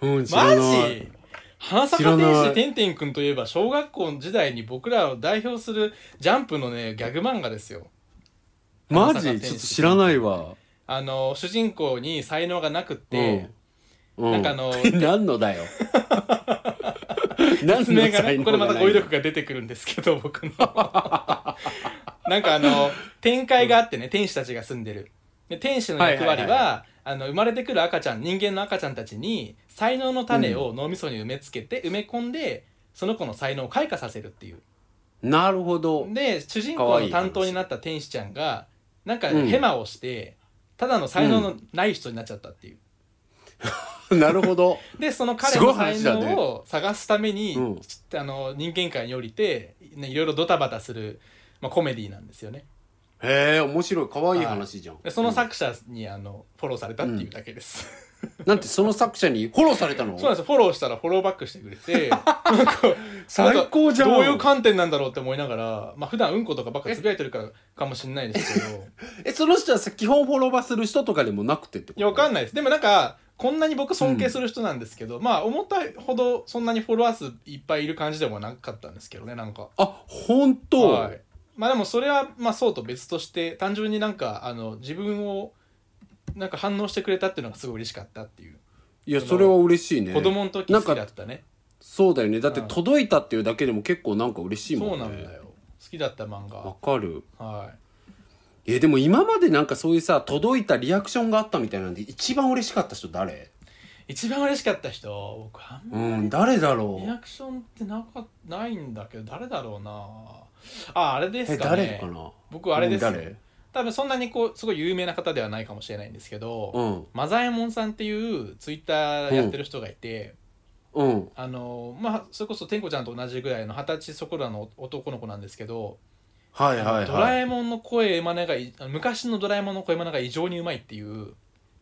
[SPEAKER 2] うん知
[SPEAKER 1] マ
[SPEAKER 2] らない
[SPEAKER 1] ジ花
[SPEAKER 2] 知ら
[SPEAKER 1] 坂天
[SPEAKER 2] ない
[SPEAKER 1] 使てんてんくんといえば小学校時代に僕らを代表するジャンプのねギャグ漫画ですよ
[SPEAKER 2] マ
[SPEAKER 1] 花
[SPEAKER 2] ジ
[SPEAKER 1] 坂天使
[SPEAKER 2] ちょっと知らないわ
[SPEAKER 1] あの主人公に才能がなくって、
[SPEAKER 2] うん
[SPEAKER 1] なんかあの
[SPEAKER 2] 何の だよ何の
[SPEAKER 1] 爪が
[SPEAKER 2] 才
[SPEAKER 1] ね
[SPEAKER 2] 能
[SPEAKER 1] これま
[SPEAKER 2] がな
[SPEAKER 1] た
[SPEAKER 2] い
[SPEAKER 1] 語彙力が出てくるんですけど僕の なんかあの展開があってね天使たちが住んでるで天使の役割は,、
[SPEAKER 2] はいはいはい
[SPEAKER 1] あの生まれてくる赤ちゃん人間の赤ちゃんたちに才能の種を脳みそに埋めつけて、埋め込んでその子の才能を開花させるっていう
[SPEAKER 2] なるほど
[SPEAKER 1] で主人
[SPEAKER 2] かわ
[SPEAKER 1] 公
[SPEAKER 2] いい
[SPEAKER 1] の
[SPEAKER 2] 話
[SPEAKER 1] 担当になった天使ちゃんがなんか
[SPEAKER 2] うん
[SPEAKER 1] ヘマをして、ただの才能のない人になっちゃったっていう、
[SPEAKER 2] なるほど
[SPEAKER 1] でその彼
[SPEAKER 2] すごい
[SPEAKER 1] の才
[SPEAKER 2] 話だね
[SPEAKER 1] 能を探すために、
[SPEAKER 2] うん
[SPEAKER 1] ちあの人間界に降りて、ね、いろいろドタバタする、まあ、コメディなんですよね
[SPEAKER 2] へえ面白い可愛い話じゃん
[SPEAKER 1] でその作者に、あのフォローされたっていうだけです、
[SPEAKER 2] うんなんてその作者にフォローされたの
[SPEAKER 1] そうなんですよフォローしたらフォローバックしてくれてなんか
[SPEAKER 2] 最高じゃん
[SPEAKER 1] どういう観点なんだろうって思いながら、まあ普段うんことかばっかつぶやいてるからかもしれないですけ ど
[SPEAKER 2] えその人はさ基本フォロワーする人とかでもなくてってこと
[SPEAKER 1] いやわかんないですでもなんかこんなに僕尊敬する人なんですけど、まあ思ったほどそんなにフォロワー数いっぱいいる感じでもなかったんですけどねなんか
[SPEAKER 2] あ本当、
[SPEAKER 1] はい、まあでもそれはまあそうと別として単純になんかあの自分をなんか反応してくれたっていうのがすごい嬉しかったっていう、
[SPEAKER 2] いやそれは嬉しいね
[SPEAKER 1] 子供の時好きだったね
[SPEAKER 2] そうだよねだって
[SPEAKER 1] うん
[SPEAKER 2] 届いたっていうだけでも結構なんか嬉しい
[SPEAKER 1] そ
[SPEAKER 2] も
[SPEAKER 1] うん
[SPEAKER 2] ね
[SPEAKER 1] なんだよ好きだった漫
[SPEAKER 2] わ
[SPEAKER 1] 画
[SPEAKER 2] かる
[SPEAKER 1] はい
[SPEAKER 2] やでも今までなんかそういうさ届いたリアクションがあったみたいなんで一番嬉しかった人誰
[SPEAKER 1] い一番嬉しかった人僕あん
[SPEAKER 2] う
[SPEAKER 1] ま
[SPEAKER 2] ん誰だろ
[SPEAKER 1] リア
[SPEAKER 2] う
[SPEAKER 1] クションってなかないんだけど誰だろうなああれで
[SPEAKER 2] え
[SPEAKER 1] すか
[SPEAKER 2] 誰
[SPEAKER 1] ね
[SPEAKER 2] かな
[SPEAKER 1] 僕あれで
[SPEAKER 2] う
[SPEAKER 1] すよ
[SPEAKER 2] ん誰
[SPEAKER 1] 多分そんなにこうすごい有名な方ではないかもしれないんですけど、
[SPEAKER 2] うん
[SPEAKER 1] マザエモンさんっていうツイッターやってる人がいて、
[SPEAKER 2] うん
[SPEAKER 1] あのまあそれこそ天子ちゃんと同じぐらいの二十歳そこらの男の子なんですけど、
[SPEAKER 2] はいはい
[SPEAKER 1] ドラ
[SPEAKER 2] はい
[SPEAKER 1] えもんの声真似がい昔のドラえもんの声真似が異常にうまいっていう、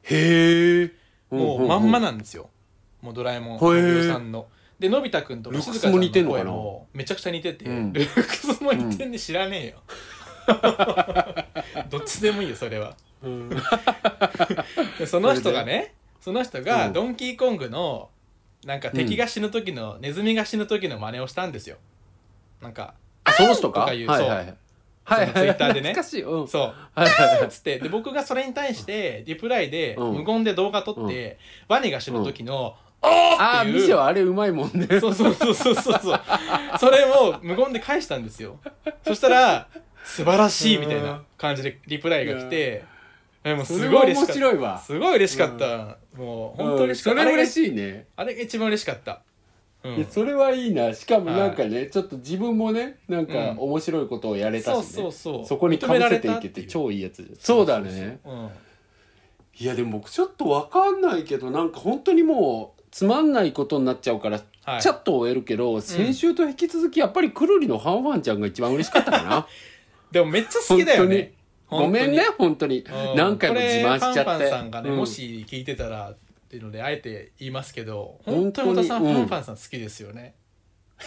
[SPEAKER 2] へえ
[SPEAKER 1] もうまんま
[SPEAKER 2] な
[SPEAKER 1] なんですよもうドラえもん
[SPEAKER 2] へー
[SPEAKER 1] のび太さんの。でのび太くんとか
[SPEAKER 2] ルック
[SPEAKER 1] 静
[SPEAKER 2] ス
[SPEAKER 1] 香ちゃん
[SPEAKER 2] も似てん
[SPEAKER 1] の
[SPEAKER 2] のかな
[SPEAKER 1] 声もめちゃくちゃ似てて、
[SPEAKER 2] うん
[SPEAKER 1] ルックスも似てんね知 らねえよどっちでもいいよそれはでその人がねその人
[SPEAKER 2] う
[SPEAKER 1] が
[SPEAKER 2] ん
[SPEAKER 1] ドンキーコングのなんか敵が死ぬ時の、ネズミが死ぬ時の真似をしたんですよなんか
[SPEAKER 2] あその人か
[SPEAKER 1] と
[SPEAKER 2] は
[SPEAKER 1] か
[SPEAKER 2] い
[SPEAKER 1] 言う
[SPEAKER 2] はい
[SPEAKER 1] そう
[SPEAKER 2] はいはい
[SPEAKER 1] その Twitter でね
[SPEAKER 2] 懐かしいうん
[SPEAKER 1] そう
[SPEAKER 2] はいはいはい
[SPEAKER 1] つってで僕がそれに対してリプライで
[SPEAKER 2] うん
[SPEAKER 1] 無言で動画撮って、ワニが死ぬ時の「おー!」
[SPEAKER 2] あ
[SPEAKER 1] っ
[SPEAKER 2] あ
[SPEAKER 1] て
[SPEAKER 2] ミ
[SPEAKER 1] い
[SPEAKER 2] シ
[SPEAKER 1] う
[SPEAKER 2] はあれうまいもんね
[SPEAKER 1] そうそうそうそ うそうそうそれを無言で返したんですよそしたら「素晴らしい」みたいな感じでリプライが来てでもすごい嬉しか
[SPEAKER 2] そ
[SPEAKER 1] っ
[SPEAKER 2] れは面白いわ
[SPEAKER 1] たすごい嬉しかった、もう本当に嬉しか
[SPEAKER 2] う
[SPEAKER 1] っ
[SPEAKER 2] んそれ
[SPEAKER 1] た、あれが
[SPEAKER 2] 嬉しいね
[SPEAKER 1] あれが一番嬉しかった、うん
[SPEAKER 2] いやそれはいいなしかもなんかねちょっと自分もねなんか
[SPEAKER 1] うん
[SPEAKER 2] 面白いことをやれた
[SPEAKER 1] そう
[SPEAKER 2] し
[SPEAKER 1] そ
[SPEAKER 2] ね
[SPEAKER 1] うそう
[SPEAKER 2] そこにかぶせていけて
[SPEAKER 1] 認められたっ
[SPEAKER 2] 超いいやつそうだ
[SPEAKER 1] てい
[SPEAKER 2] ね
[SPEAKER 1] うん
[SPEAKER 2] いやでも僕ちょっとわかんないけどなんか本当にもうつまんないことになっちゃうから
[SPEAKER 1] はい
[SPEAKER 2] ちゃっと終えるけど先週と引き続きやっぱりくるりのファンファンちゃんが一番嬉しかった かな
[SPEAKER 1] でもめっちゃ好きだよね
[SPEAKER 2] ごめんね本当に
[SPEAKER 1] 本当にうん
[SPEAKER 2] 何回も自慢しち
[SPEAKER 1] こ
[SPEAKER 2] ゃっ
[SPEAKER 1] れファンフ
[SPEAKER 2] て
[SPEAKER 1] ァンさんがね、
[SPEAKER 2] うん
[SPEAKER 1] もし聞いてたらっていうのであえて言いますけど
[SPEAKER 2] 本
[SPEAKER 1] 本当
[SPEAKER 2] 当に
[SPEAKER 1] に太田さん、
[SPEAKER 2] うん
[SPEAKER 1] ファンファンさん好きですよね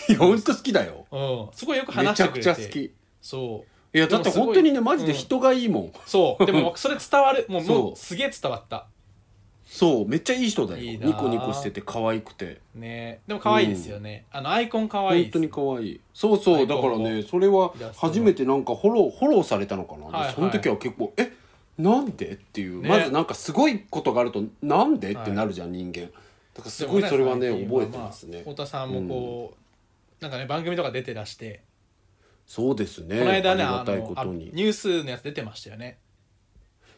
[SPEAKER 2] いや本当好きだよ
[SPEAKER 1] うんすごいよく
[SPEAKER 2] めち
[SPEAKER 1] 話して
[SPEAKER 2] ゃ
[SPEAKER 1] く
[SPEAKER 2] く
[SPEAKER 1] れ
[SPEAKER 2] ち
[SPEAKER 1] て
[SPEAKER 2] ゃ好き
[SPEAKER 1] そ
[SPEAKER 2] いやだって本当にねマジで
[SPEAKER 1] うん
[SPEAKER 2] 人がいいもん、
[SPEAKER 1] うそうでもそれ伝わるもう
[SPEAKER 2] そう
[SPEAKER 1] もうすげえ伝わった
[SPEAKER 2] そうめっちゃいい人だよ
[SPEAKER 1] いいな
[SPEAKER 2] ニコニコしてて可愛くて
[SPEAKER 1] ねでも可愛いですよね、あのアイコン可
[SPEAKER 2] 本
[SPEAKER 1] 愛いです
[SPEAKER 2] 当に可愛いそうそ
[SPEAKER 1] はいう
[SPEAKER 2] だから
[SPEAKER 1] 今
[SPEAKER 2] ねそれは
[SPEAKER 1] イラストが
[SPEAKER 2] 初めてなんかフォローフォローされたのかな、で
[SPEAKER 1] はいはい
[SPEAKER 2] その時は結構えなんでっていう、
[SPEAKER 1] ね
[SPEAKER 2] まずなんかすごいことがあるとなんでってなるじゃん、人間だからすごいそれはね
[SPEAKER 1] でも
[SPEAKER 2] 覚えてますね、
[SPEAKER 1] まあ太田さんもこう、なんかね番組とか出てらして
[SPEAKER 2] そうですね
[SPEAKER 1] この間ね
[SPEAKER 2] あ
[SPEAKER 1] あ
[SPEAKER 2] りがたい
[SPEAKER 1] の
[SPEAKER 2] こ
[SPEAKER 1] あ
[SPEAKER 2] とに
[SPEAKER 1] ニュースのやつ出てましたよね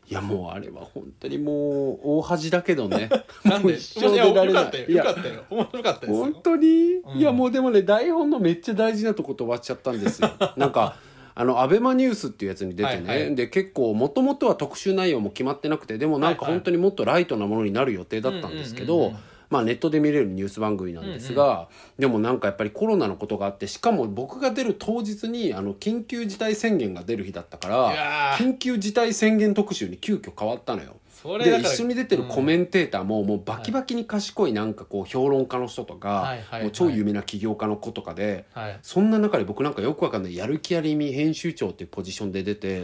[SPEAKER 2] いやもうあれは本当にもう大恥だけどね
[SPEAKER 1] なん で
[SPEAKER 2] もう一生
[SPEAKER 1] いや
[SPEAKER 2] 出ら
[SPEAKER 1] よ
[SPEAKER 2] れない
[SPEAKER 1] かったよよかったよ面白かったです
[SPEAKER 2] 本
[SPEAKER 1] よ
[SPEAKER 2] 当に、
[SPEAKER 1] うん
[SPEAKER 2] いやもうでもね台本のめっちゃ大事なとこ飛ばしちゃったんです よなんかあのアベマニュースっていうやつに出てね、
[SPEAKER 1] はいはい
[SPEAKER 2] で結構もともとは特集内容も決まってなくてでもなんか
[SPEAKER 1] はいはい
[SPEAKER 2] 本当にもっとライトなものになる予定だったんですけど、
[SPEAKER 1] うんうんうんうん
[SPEAKER 2] まあ、ネットで見れるニュース番組なんですが、でもなんかやっぱりコロナのことがあってしかも僕が出る当日にあの緊急事態宣言が出る日だったか
[SPEAKER 1] いや
[SPEAKER 2] ら
[SPEAKER 1] ー
[SPEAKER 2] 緊急事態宣言特集に急遽変わったのよ。
[SPEAKER 1] それ
[SPEAKER 2] で
[SPEAKER 1] だから
[SPEAKER 2] 一緒に出てるコメンテーターも、もうバキバキに賢いなんかこう評論家の人とか、
[SPEAKER 1] はいはい
[SPEAKER 2] もう超有名な起業家の子とかで
[SPEAKER 1] はい
[SPEAKER 2] そんな中で僕なんかよくわかんないやる気ありみ編集長っていうポジションで出 て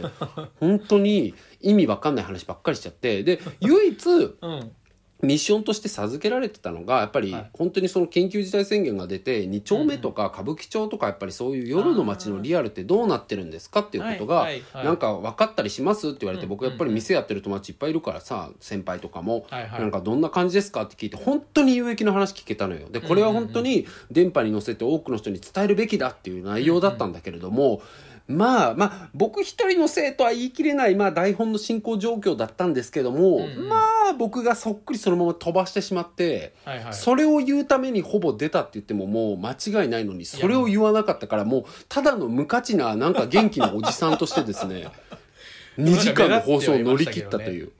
[SPEAKER 2] 本当に意味わかんない話ばっかりしちゃってで唯一
[SPEAKER 1] うん
[SPEAKER 2] ミッションとして授けられてたのがやっぱり
[SPEAKER 1] はい
[SPEAKER 2] 本当にその緊急事態宣言が出て2丁目とか歌舞伎町とかやっぱりそういう夜の街のリアルってどうなってるんですかっていうことが
[SPEAKER 1] はいはいはい
[SPEAKER 2] なんか分かったりしますって言われて
[SPEAKER 1] うん
[SPEAKER 2] 僕やっぱり店やってる友達いっぱいいるからさ先輩とかも
[SPEAKER 1] はいはい
[SPEAKER 2] なんかどんな感じですかって聞いて本当に有益な話聞けたのよでこれは本当に電波に乗せて多くの人に伝えるべきだっていう内容だったんだけれどもまあまあ僕一人のせいとは言い切れないまあ台本の進行状況だったんですけども
[SPEAKER 1] うんうん
[SPEAKER 2] まあ僕がそっくりそのまま飛ばしてしまって。
[SPEAKER 1] はいはい
[SPEAKER 2] それを言うためにほぼ出たって言ってももう間違いないのにそれを言わなかったからもうただの無価値ななんか元気なおじさんとしてです ね2時間の放送を乗り切ったという。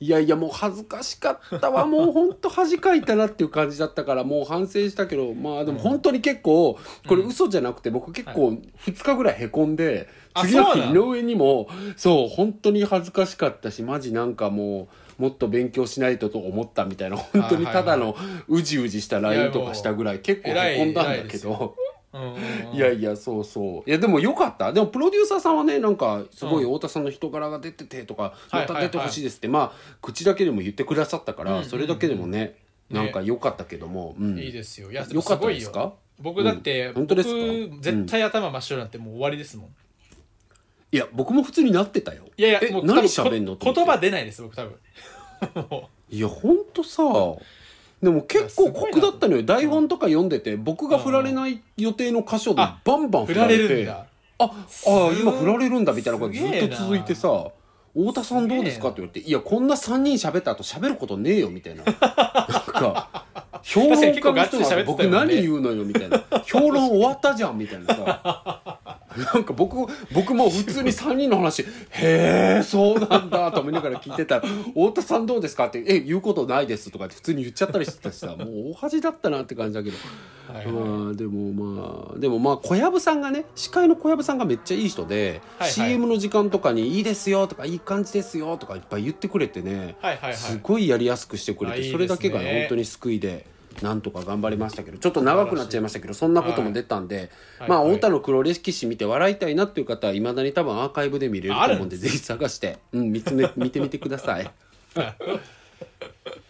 [SPEAKER 2] いやいやもう恥ずかしかったわもうほんと恥かいたなっていう感じだったからもう反省したけどまあでも本当に結構これ嘘じゃなくて僕結構2日ぐらいへこんで
[SPEAKER 1] あ
[SPEAKER 2] 次の
[SPEAKER 1] そう
[SPEAKER 2] 日
[SPEAKER 1] な
[SPEAKER 2] 井
[SPEAKER 1] の
[SPEAKER 2] 上にもそう本当に恥ずかしかったしマジなんかもうもっと勉強しないとと思ったみたいな本当にただのうじうじした LINE とかしたぐらい結構へこんだんだけど
[SPEAKER 1] うんうんうん
[SPEAKER 2] いやいやそうそういやでもよかったでもプロデューサーさんはねなんかすごい太田さんの人柄が出ててとか
[SPEAKER 1] うん
[SPEAKER 2] また出てほしいですってまあ口だけでも言ってくださったか
[SPEAKER 1] うんうん
[SPEAKER 2] ら
[SPEAKER 1] うん
[SPEAKER 2] それだけでもね
[SPEAKER 1] ね
[SPEAKER 2] なんか良かったけどもうん
[SPEAKER 1] いいですよいやでも
[SPEAKER 2] 良
[SPEAKER 1] す
[SPEAKER 2] かった
[SPEAKER 1] ご
[SPEAKER 2] で
[SPEAKER 1] い
[SPEAKER 2] す
[SPEAKER 1] よ
[SPEAKER 2] か
[SPEAKER 1] 僕だって
[SPEAKER 2] うん本
[SPEAKER 1] 僕
[SPEAKER 2] 当ですか
[SPEAKER 1] 絶対頭真っ白になってもう終わりですもん
[SPEAKER 2] いや僕も普通になってたよ
[SPEAKER 1] いやいや
[SPEAKER 2] え
[SPEAKER 1] もう
[SPEAKER 2] 何
[SPEAKER 1] 多分
[SPEAKER 2] 喋んの
[SPEAKER 1] こ言葉出ないです僕多分も
[SPEAKER 2] いやほんとさでも結構酷だったのよ台本とか読んでて僕が振られない予定の箇所で
[SPEAKER 1] あ
[SPEAKER 2] バンバン
[SPEAKER 1] う振
[SPEAKER 2] 振
[SPEAKER 1] ら
[SPEAKER 2] ら
[SPEAKER 1] れ
[SPEAKER 2] れ
[SPEAKER 1] るん
[SPEAKER 2] て
[SPEAKER 1] だ
[SPEAKER 2] ああ今振られるんだみたいな
[SPEAKER 1] す
[SPEAKER 2] 感じず
[SPEAKER 1] すげえ
[SPEAKER 2] っ
[SPEAKER 1] な
[SPEAKER 2] と続いてさ太田さんどうですかって言われて「いやこんな3人喋った後喋ることねえよ」みた いななんか評論家の人
[SPEAKER 1] 確かに結構ガッツリ喋ってたよ
[SPEAKER 2] が
[SPEAKER 1] ね
[SPEAKER 2] 僕何言うのよみたいな評論終わったじゃんみたいなさなんか僕僕も普通に3人の話「へえそうなんだ」と思いながら聞いてたら「太田さんどうですか?」って「え言うことないです」とかって普通に言っちゃったりしてたしさもう大恥だったなって感じだけど
[SPEAKER 1] はいはい
[SPEAKER 2] まあでもまあでもまあ小籔さんがね司会の小籔さんがめっちゃいい人で、
[SPEAKER 1] はいはい
[SPEAKER 2] CM の時間とかに「いいですよ」とか「いい感じですよ」とかいっぱい言ってくれてね、
[SPEAKER 1] はいはいはい
[SPEAKER 2] すごいやりやすくしてくれ
[SPEAKER 1] あ
[SPEAKER 2] て
[SPEAKER 1] いいですね
[SPEAKER 2] それだけがね本当に救いで。なんとか頑張りましたけどちょっと長くなっちゃいましたけどそんなことも出たんで、
[SPEAKER 1] はい
[SPEAKER 2] まあ
[SPEAKER 1] はい
[SPEAKER 2] 太田の黒歴史見て笑いたいなっていう方はいまだに多分アーカイブで見れると思うんでぜひ探して、うん、見つめ見てみてくだ さい。
[SPEAKER 1] ちょっと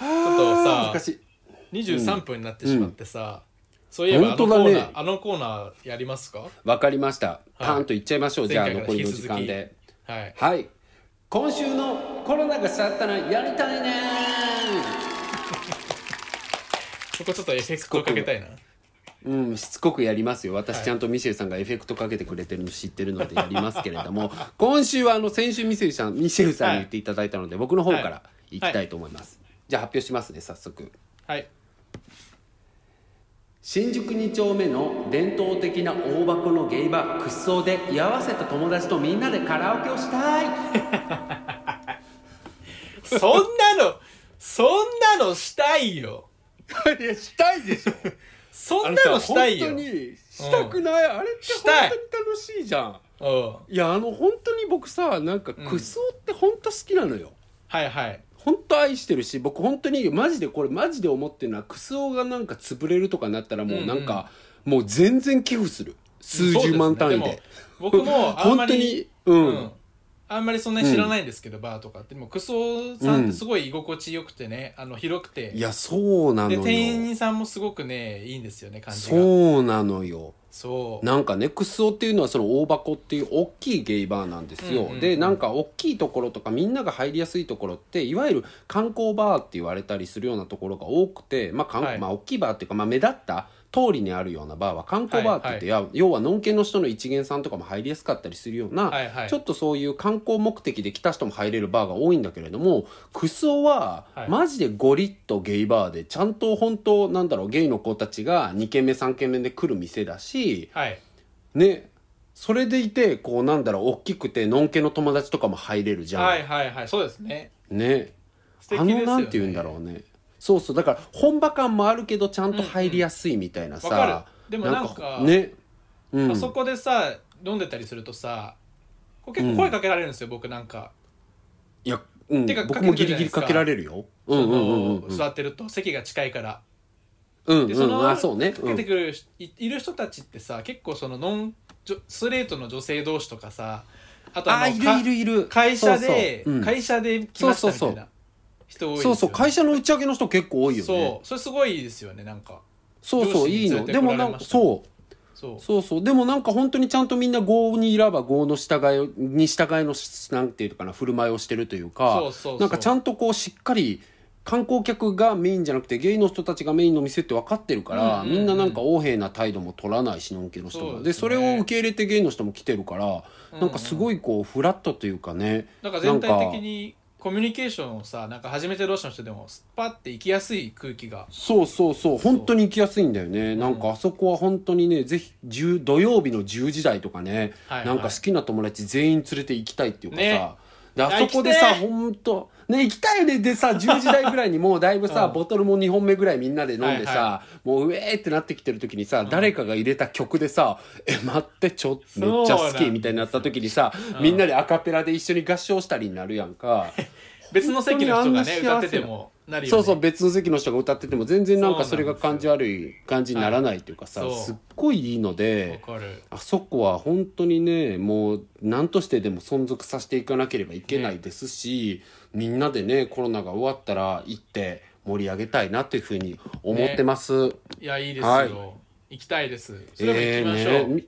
[SPEAKER 2] あー
[SPEAKER 1] さ
[SPEAKER 2] 難しい
[SPEAKER 1] 23分になってしまってさ、そういえばあのコ
[SPEAKER 2] 本当だ
[SPEAKER 1] ー
[SPEAKER 2] ね
[SPEAKER 1] ナー、あのコーナーやりますか
[SPEAKER 2] わかりましたパンといっちゃいましょう、じゃあ
[SPEAKER 1] 前回から
[SPEAKER 2] 残りの時間
[SPEAKER 1] 引き
[SPEAKER 2] で。
[SPEAKER 1] はい
[SPEAKER 2] はい今週のコロナが去ったらやりたいね
[SPEAKER 1] そこちょっとエフェクトかけたいな
[SPEAKER 2] うん、しつこくやりますよ私ちゃんとミシェルさんがエフェクトかけてくれてるの知ってるのでやりますけれども 今週はあの先週ミシェルさんミシェルさんに言っていただいたので、僕の方からいきたいと思います、じゃあ発表しますね早速
[SPEAKER 1] はい
[SPEAKER 2] 新宿2丁目の伝統的な大箱のゲイバー屈葬で居合わせた友達とみんなでカラオケをしたい
[SPEAKER 1] そんなのそんなのしたいよ
[SPEAKER 2] いやしたいでしょ
[SPEAKER 1] そんなのしたいよ
[SPEAKER 2] 本当にしたくない、あれって
[SPEAKER 1] したい
[SPEAKER 2] 本当に楽しいじゃん
[SPEAKER 1] うん
[SPEAKER 2] いやあの本当に僕さなんか
[SPEAKER 1] うん
[SPEAKER 2] クソって本当好きなのよ、
[SPEAKER 1] はいはい
[SPEAKER 2] 本当愛してるし僕本当にマジでこれマジで思ってるのはクソがなんか潰れるとかなったらもうなんか、もう全然寄付する数十万単位で
[SPEAKER 1] そうすねでも僕もあんま
[SPEAKER 2] 本当
[SPEAKER 1] り
[SPEAKER 2] にう、
[SPEAKER 1] うんんあんまりそんなに知らないんですけど、バーとかってでもクソさんってすごい居心地よくてねあの広くて
[SPEAKER 2] いやそうなの
[SPEAKER 1] で
[SPEAKER 2] よ
[SPEAKER 1] 店員さんもすごくねいいんですよね感じが
[SPEAKER 2] そうなのよ
[SPEAKER 1] そう
[SPEAKER 2] なんかねクスオっていうのはその大箱っていう大きいゲイバーなんですよ、
[SPEAKER 1] うんうんうん
[SPEAKER 2] でなんか大きいところとかみんなが入りやすいところっていわゆる観光バーって言われたりするようなところが多くて、まあ観
[SPEAKER 1] はい
[SPEAKER 2] まあ、大きいバーっていうか、まあ、目立った通りにあるようなバーは観光バーって言って、いや要はのんけの人の一元さんとかも入りやすかったりするような、
[SPEAKER 1] はいはい
[SPEAKER 2] ちょっとそういう観光目的で来た人も入れるバーが多いんだけれどもクスオは
[SPEAKER 1] はい
[SPEAKER 2] マジでゴリッとゲイバーでちゃんと本当なんだろうゲイの子たちが2軒目3軒目で来る店だし、
[SPEAKER 1] はい
[SPEAKER 2] ねそれでいてこうなんだろう大きくてのんけの友達とかも入れるじゃん、
[SPEAKER 1] はいはいはいそうですね
[SPEAKER 2] ね
[SPEAKER 1] 素敵
[SPEAKER 2] あ
[SPEAKER 1] ですよ
[SPEAKER 2] の
[SPEAKER 1] ね
[SPEAKER 2] なんて言うんだろうねそうそうだから本場感もあるけどちゃんと入りやすいみたいなさ、
[SPEAKER 1] わかるでもなんか
[SPEAKER 2] ねうん
[SPEAKER 1] あそこでさ飲んでたりするとさこう結構声かけられるんですよ、僕なんか
[SPEAKER 2] いやうん
[SPEAKER 1] 手が、か
[SPEAKER 2] 僕
[SPEAKER 1] ける
[SPEAKER 2] も
[SPEAKER 1] じ
[SPEAKER 2] ギ
[SPEAKER 1] ゃな
[SPEAKER 2] リギ
[SPEAKER 1] いで
[SPEAKER 2] リ
[SPEAKER 1] すか
[SPEAKER 2] かけられるよ。う
[SPEAKER 1] そ
[SPEAKER 2] ん
[SPEAKER 1] の
[SPEAKER 2] うんうんうん。
[SPEAKER 1] 座ってると席が近いから
[SPEAKER 2] うん
[SPEAKER 1] で
[SPEAKER 2] う
[SPEAKER 1] そ
[SPEAKER 2] ん、
[SPEAKER 1] の
[SPEAKER 2] あそうね、
[SPEAKER 1] か
[SPEAKER 2] う
[SPEAKER 1] けて
[SPEAKER 2] ん、
[SPEAKER 1] くる人、いいる人たちってさ結構そのノンじょストレートの女性同士とかさあと
[SPEAKER 2] あ
[SPEAKER 1] は
[SPEAKER 2] ー
[SPEAKER 1] もう
[SPEAKER 2] い
[SPEAKER 1] か
[SPEAKER 2] るいるいる
[SPEAKER 1] 会社で
[SPEAKER 2] そうそう,、うん
[SPEAKER 1] 会社で来ましたみたいな人多いです
[SPEAKER 2] そう
[SPEAKER 1] よね
[SPEAKER 2] そう会社の打ち上げの人結構多いよね
[SPEAKER 1] そうそれすごいですよねなんか
[SPEAKER 2] そうそう
[SPEAKER 1] 上司に
[SPEAKER 2] いい
[SPEAKER 1] 連
[SPEAKER 2] の
[SPEAKER 1] れ
[SPEAKER 2] で
[SPEAKER 1] てこ
[SPEAKER 2] も
[SPEAKER 1] られ
[SPEAKER 2] なん
[SPEAKER 1] ま
[SPEAKER 2] か
[SPEAKER 1] したね
[SPEAKER 2] そう
[SPEAKER 1] そう
[SPEAKER 2] そうそうでもなんか本当にちゃんとみんな業にいれば業の従いに従いのしなんていうかな振る舞いをしてるというか
[SPEAKER 1] そうそうそう
[SPEAKER 2] なんかちゃんとこうしっかり観光客がメインじゃなくてゲイの人たちがメインの店って分かってるから、
[SPEAKER 1] うんうんう
[SPEAKER 2] み
[SPEAKER 1] ん
[SPEAKER 2] んななんか横柄な態度も取らないしのんけの人も
[SPEAKER 1] そう
[SPEAKER 2] で,、
[SPEAKER 1] です
[SPEAKER 2] そ
[SPEAKER 1] ね
[SPEAKER 2] れを受け入れてゲイの人も来てるから、なんかす
[SPEAKER 1] い
[SPEAKER 2] ごいこうフラットというかね
[SPEAKER 1] なんか全体的にコミュニケーションをさなんか初めて同士の人でもスパッて行きやすい空気が
[SPEAKER 2] そうそうそう本当に行きやすいんだよねなんかあそこは本当にねぜひ10土曜日の10時台とかね、
[SPEAKER 1] はいはい
[SPEAKER 2] なんか好きな友達全員連れて行きたいっていうかさ、
[SPEAKER 1] ね
[SPEAKER 2] であそこで
[SPEAKER 1] あ
[SPEAKER 2] さ
[SPEAKER 1] 行きて
[SPEAKER 2] 本当ね行きたいよねでさ10時台ぐら いにもうだいぶさ、
[SPEAKER 1] うん
[SPEAKER 2] ボトルも2本目ぐらいみんなで飲んでさ
[SPEAKER 1] はい
[SPEAKER 2] もううえーってなってきてる時にさ、誰かが入れた曲でさ「え待ってちょっとめっちゃ好
[SPEAKER 1] そうなんです
[SPEAKER 2] き」
[SPEAKER 1] よ
[SPEAKER 2] みたいになった時にさ、
[SPEAKER 1] うん
[SPEAKER 2] みんなでアカペラで一緒に合唱したりになるやんか。
[SPEAKER 1] 別の席の人が
[SPEAKER 2] 本当に
[SPEAKER 1] ね
[SPEAKER 2] あんな幸せな
[SPEAKER 1] 歌っててもなるよ
[SPEAKER 2] そ
[SPEAKER 1] ね
[SPEAKER 2] うそう別の席の人が歌ってても全然なんかそれが
[SPEAKER 1] そうなん
[SPEAKER 2] 感
[SPEAKER 1] です
[SPEAKER 2] じ悪い感じにならないというかさ、
[SPEAKER 1] はいそう
[SPEAKER 2] すっごいいいの
[SPEAKER 1] わ
[SPEAKER 2] で
[SPEAKER 1] かる
[SPEAKER 2] あそこは本当にねもう何としてでも存続させていかなければいけないですし、みんなでねコロナが終わったら行って盛り上げたいなというふうに思ってます。
[SPEAKER 1] いやいいですよ、
[SPEAKER 2] はい
[SPEAKER 1] 行きたいですそれも
[SPEAKER 2] え
[SPEAKER 1] 行きましょう、
[SPEAKER 2] ーねみい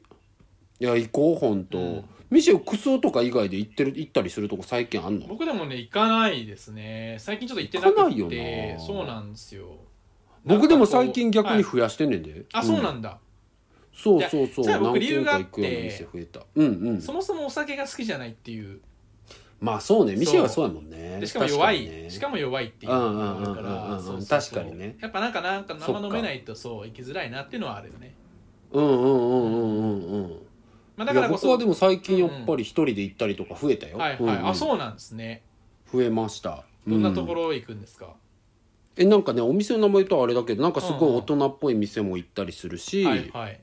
[SPEAKER 2] や行こう本当、
[SPEAKER 1] うん
[SPEAKER 2] ミシェクソとか以外で行ってる行ったりするとこ最近あんの
[SPEAKER 1] 僕でもね行かないですね最近ちょっと行ってな
[SPEAKER 2] 行
[SPEAKER 1] く
[SPEAKER 2] かない
[SPEAKER 1] て
[SPEAKER 2] よな
[SPEAKER 1] そうなんですよ
[SPEAKER 2] 僕でも最近
[SPEAKER 1] なんか
[SPEAKER 2] 逆
[SPEAKER 1] こう
[SPEAKER 2] に増やしてんねんで、
[SPEAKER 1] あそうなんだ、
[SPEAKER 2] そうそうそう。
[SPEAKER 1] いやじゃあ僕
[SPEAKER 2] 何軒か行くよう
[SPEAKER 1] 理由
[SPEAKER 2] な
[SPEAKER 1] があって
[SPEAKER 2] 店増えた。うんうん。
[SPEAKER 1] そもそもお酒が好きじゃないっていう
[SPEAKER 2] まあそうね。店はそうやもんね。
[SPEAKER 1] でしかも弱い
[SPEAKER 2] 確にね
[SPEAKER 1] しかも弱いっていうのもあるか
[SPEAKER 2] うんうんうんうんう
[SPEAKER 1] ら
[SPEAKER 2] ん
[SPEAKER 1] そうそうそう
[SPEAKER 2] 確かにね
[SPEAKER 1] やっぱなんかなんか生
[SPEAKER 2] そっ
[SPEAKER 1] 飲
[SPEAKER 2] か
[SPEAKER 1] めないとそう行きづらいなっていうのはあるよね、
[SPEAKER 2] うんうんうんうんうんうん。
[SPEAKER 1] まあ、だ
[SPEAKER 2] だか
[SPEAKER 1] か
[SPEAKER 2] らら
[SPEAKER 1] こ
[SPEAKER 2] 僕
[SPEAKER 1] そ
[SPEAKER 2] はでも最近やっぱり一人で行ったりとか増えたよ。
[SPEAKER 1] はいはい、
[SPEAKER 2] うんうん
[SPEAKER 1] あそうなんですね
[SPEAKER 2] 増えました。
[SPEAKER 1] どんなとこ
[SPEAKER 2] ろ？
[SPEAKER 1] ろ行くんですか、
[SPEAKER 2] えなんかねお店の名前とはあれだけどなんかすごい大人っぽい店も行ったりするし、
[SPEAKER 1] はいはい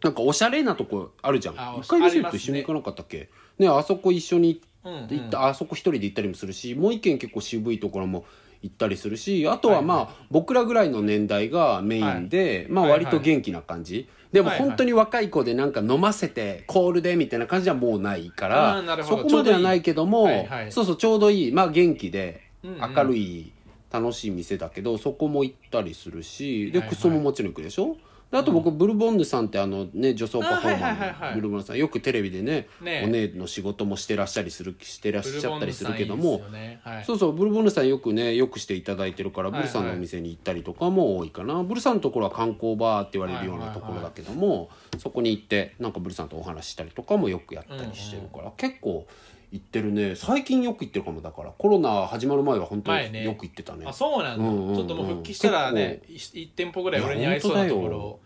[SPEAKER 2] なんかおしゃれなとこあるじゃん
[SPEAKER 1] あ。お
[SPEAKER 2] 一回ミシェ
[SPEAKER 1] あります
[SPEAKER 2] と一緒に
[SPEAKER 1] ね
[SPEAKER 2] 行かなかったっけ？ねあそこ一緒に行って
[SPEAKER 1] うんうん、
[SPEAKER 2] 行ったあそこ一人で行ったりもするしもう一軒結構渋いところも行ったりするしあとはまあ、
[SPEAKER 1] はい
[SPEAKER 2] 僕らぐらいの年代がメインで、まあ
[SPEAKER 1] はいはい
[SPEAKER 2] 割と元気な感じ、でも
[SPEAKER 1] はいはい
[SPEAKER 2] 本当に若い子でなんか飲ませてコールでみたいな感じはもうないか
[SPEAKER 1] あーなる
[SPEAKER 2] ら
[SPEAKER 1] ほ
[SPEAKER 2] そ
[SPEAKER 1] ど
[SPEAKER 2] こまではないけども
[SPEAKER 1] ちょうどいいはいはい
[SPEAKER 2] そうそうちょうどいいまあ元気で
[SPEAKER 1] うんうん
[SPEAKER 2] 明るい、楽しい店だけどそこも行ったりするしで
[SPEAKER 1] はいはい
[SPEAKER 2] クソももちろん行くでしょ、であと僕、ブルボンヌさんってあのね女装パフォーマ
[SPEAKER 1] あはいはいはい
[SPEAKER 2] ー
[SPEAKER 1] はい
[SPEAKER 2] のブルボンヌさんよくテレビでね
[SPEAKER 1] ねえ
[SPEAKER 2] お姉の仕事もしてらっしゃりするしてらっ
[SPEAKER 1] ブル
[SPEAKER 2] しゃ
[SPEAKER 1] ボ
[SPEAKER 2] った
[SPEAKER 1] ンヌ
[SPEAKER 2] りす
[SPEAKER 1] さん
[SPEAKER 2] るけど
[SPEAKER 1] いい
[SPEAKER 2] も
[SPEAKER 1] ですよねはい
[SPEAKER 2] そうそうブルボンヌさんよくねよくしていただいてるから
[SPEAKER 1] は
[SPEAKER 2] ブ
[SPEAKER 1] いはい
[SPEAKER 2] ルさんのお店に行ったりとかも多いかな、ブルさんのところは観光バーって言われるようなところだけども、そこに行ってなんかブルさんとお話ししたりとかもよくやったりしてるから、結構行ってるね最近よく行ってるかもだからコロナ始まる前は本当
[SPEAKER 1] 前ね
[SPEAKER 2] によく行ってたね
[SPEAKER 1] あそうなんだ、
[SPEAKER 2] うんうんうん
[SPEAKER 1] ちょっともう復帰したらね1店舗ぐらい俺に合いそうなところを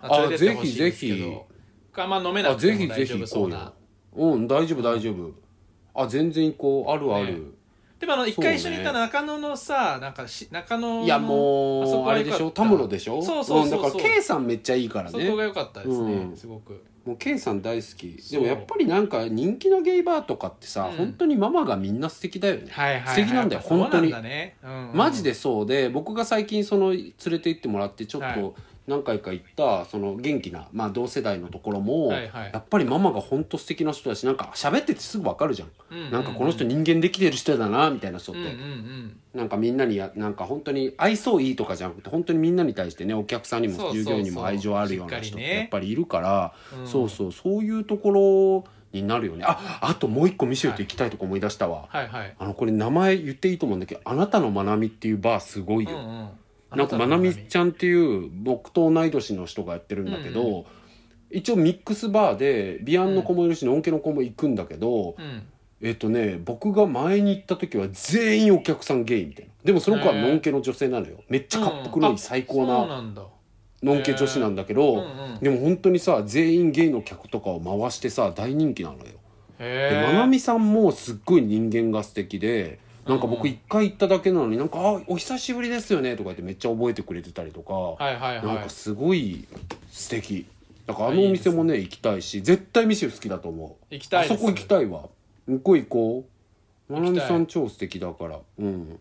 [SPEAKER 2] や本当だよ
[SPEAKER 1] 連れてってほしいんですけど
[SPEAKER 2] あぜひぜ
[SPEAKER 1] あんま飲めな
[SPEAKER 2] あ
[SPEAKER 1] くて
[SPEAKER 2] ぜ
[SPEAKER 1] も
[SPEAKER 2] ひぜ
[SPEAKER 1] 大丈
[SPEAKER 2] ひ
[SPEAKER 1] 夫
[SPEAKER 2] 行
[SPEAKER 1] そ
[SPEAKER 2] こ
[SPEAKER 1] う
[SPEAKER 2] う
[SPEAKER 1] な
[SPEAKER 2] ようん大丈夫大丈夫あ全然行こうあるある、
[SPEAKER 1] ねでもあの一回一緒に行った
[SPEAKER 2] そう
[SPEAKER 1] 中野のさなんかし中野の
[SPEAKER 2] いやも
[SPEAKER 1] あそこ
[SPEAKER 2] う
[SPEAKER 1] は
[SPEAKER 2] あ
[SPEAKER 1] 良
[SPEAKER 2] れで
[SPEAKER 1] かった
[SPEAKER 2] しょタムロでしょ
[SPEAKER 1] そうそうそうそうん
[SPEAKER 2] だから K さんめっちゃいいから
[SPEAKER 1] そこ
[SPEAKER 2] ね
[SPEAKER 1] が良かったですね、
[SPEAKER 2] うん
[SPEAKER 1] すごく
[SPEAKER 2] もう K さん大好き
[SPEAKER 1] そう
[SPEAKER 2] でもやっぱりなんか人気のゲイバーとかってさ、
[SPEAKER 1] うん
[SPEAKER 2] 本当にママがみんな素敵だよね、
[SPEAKER 1] はいはい、は
[SPEAKER 2] 素
[SPEAKER 1] い、
[SPEAKER 2] 敵なんだよ
[SPEAKER 1] やっぱそう
[SPEAKER 2] 本当に
[SPEAKER 1] なんだね、うんうん
[SPEAKER 2] マジでそうで僕が最近その連れて行ってもらってちょっ
[SPEAKER 1] はい
[SPEAKER 2] と何回か行ったその元気な、まあ、同世代のところも、
[SPEAKER 1] はいはい
[SPEAKER 2] やっぱりママが本当素敵な人だしなんか喋っててすぐ分かるじゃん、
[SPEAKER 1] うんうんうん
[SPEAKER 2] なんかこの人人間できてる人だなみたいな人っ
[SPEAKER 1] う
[SPEAKER 2] て、
[SPEAKER 1] んうんうん
[SPEAKER 2] なんかみんなにやなんか本当に愛想いいとかじゃなくて本当にみんなに対してねお客さんに
[SPEAKER 1] そう
[SPEAKER 2] も
[SPEAKER 1] そうそう
[SPEAKER 2] 従業員にも愛情あるような
[SPEAKER 1] しっ
[SPEAKER 2] 人っ
[SPEAKER 1] かり
[SPEAKER 2] て
[SPEAKER 1] ね
[SPEAKER 2] やっぱりいるから、
[SPEAKER 1] うん
[SPEAKER 2] そうそうそういうところになるよねああともう一個ミシェルと行きたいとこ思い出したわ、
[SPEAKER 1] はいはい
[SPEAKER 2] あのこれ名前言っていいと思うんだけど「あなたのまなみ」っていうバーすごいよ、
[SPEAKER 1] うんうん
[SPEAKER 2] なんかまなみちゃんっていう僕と同い年の人がやってるんだけど、
[SPEAKER 1] うん
[SPEAKER 2] 一応ミックスバーでビアンの子もいるし、のんけの子も行くんだけど、
[SPEAKER 1] うん
[SPEAKER 2] えっとね僕が前に行った時は全員お客さんゲイみたいなでもその子は
[SPEAKER 1] へえ
[SPEAKER 2] のんけの女性なのよめっちゃかっこ
[SPEAKER 1] う
[SPEAKER 2] の
[SPEAKER 1] ん
[SPEAKER 2] い
[SPEAKER 1] あ
[SPEAKER 2] い最高
[SPEAKER 1] そう
[SPEAKER 2] な
[SPEAKER 1] なんだ
[SPEAKER 2] のんけ女子なんだけ
[SPEAKER 1] うんう
[SPEAKER 2] ど、
[SPEAKER 1] ん
[SPEAKER 2] でも本当にさ全員ゲイの客とかを回してさ大人気なのよで
[SPEAKER 1] へ
[SPEAKER 2] ま
[SPEAKER 1] え
[SPEAKER 2] なみさんもすっごい人間が素敵でなんか
[SPEAKER 1] うんう
[SPEAKER 2] 僕
[SPEAKER 1] ん
[SPEAKER 2] 一回行っただけなのになんか「あお久しぶりですよね」とか言ってめっちゃ覚えてくれてたりとか、
[SPEAKER 1] はいはいはい
[SPEAKER 2] なんかすごい素敵だからあのお店もね行きたいし絶対ミシェル好きだと思う
[SPEAKER 1] 行きた
[SPEAKER 2] あ
[SPEAKER 1] い
[SPEAKER 2] そこ行きたいわ向こう行こうまなみさん超素敵だからうん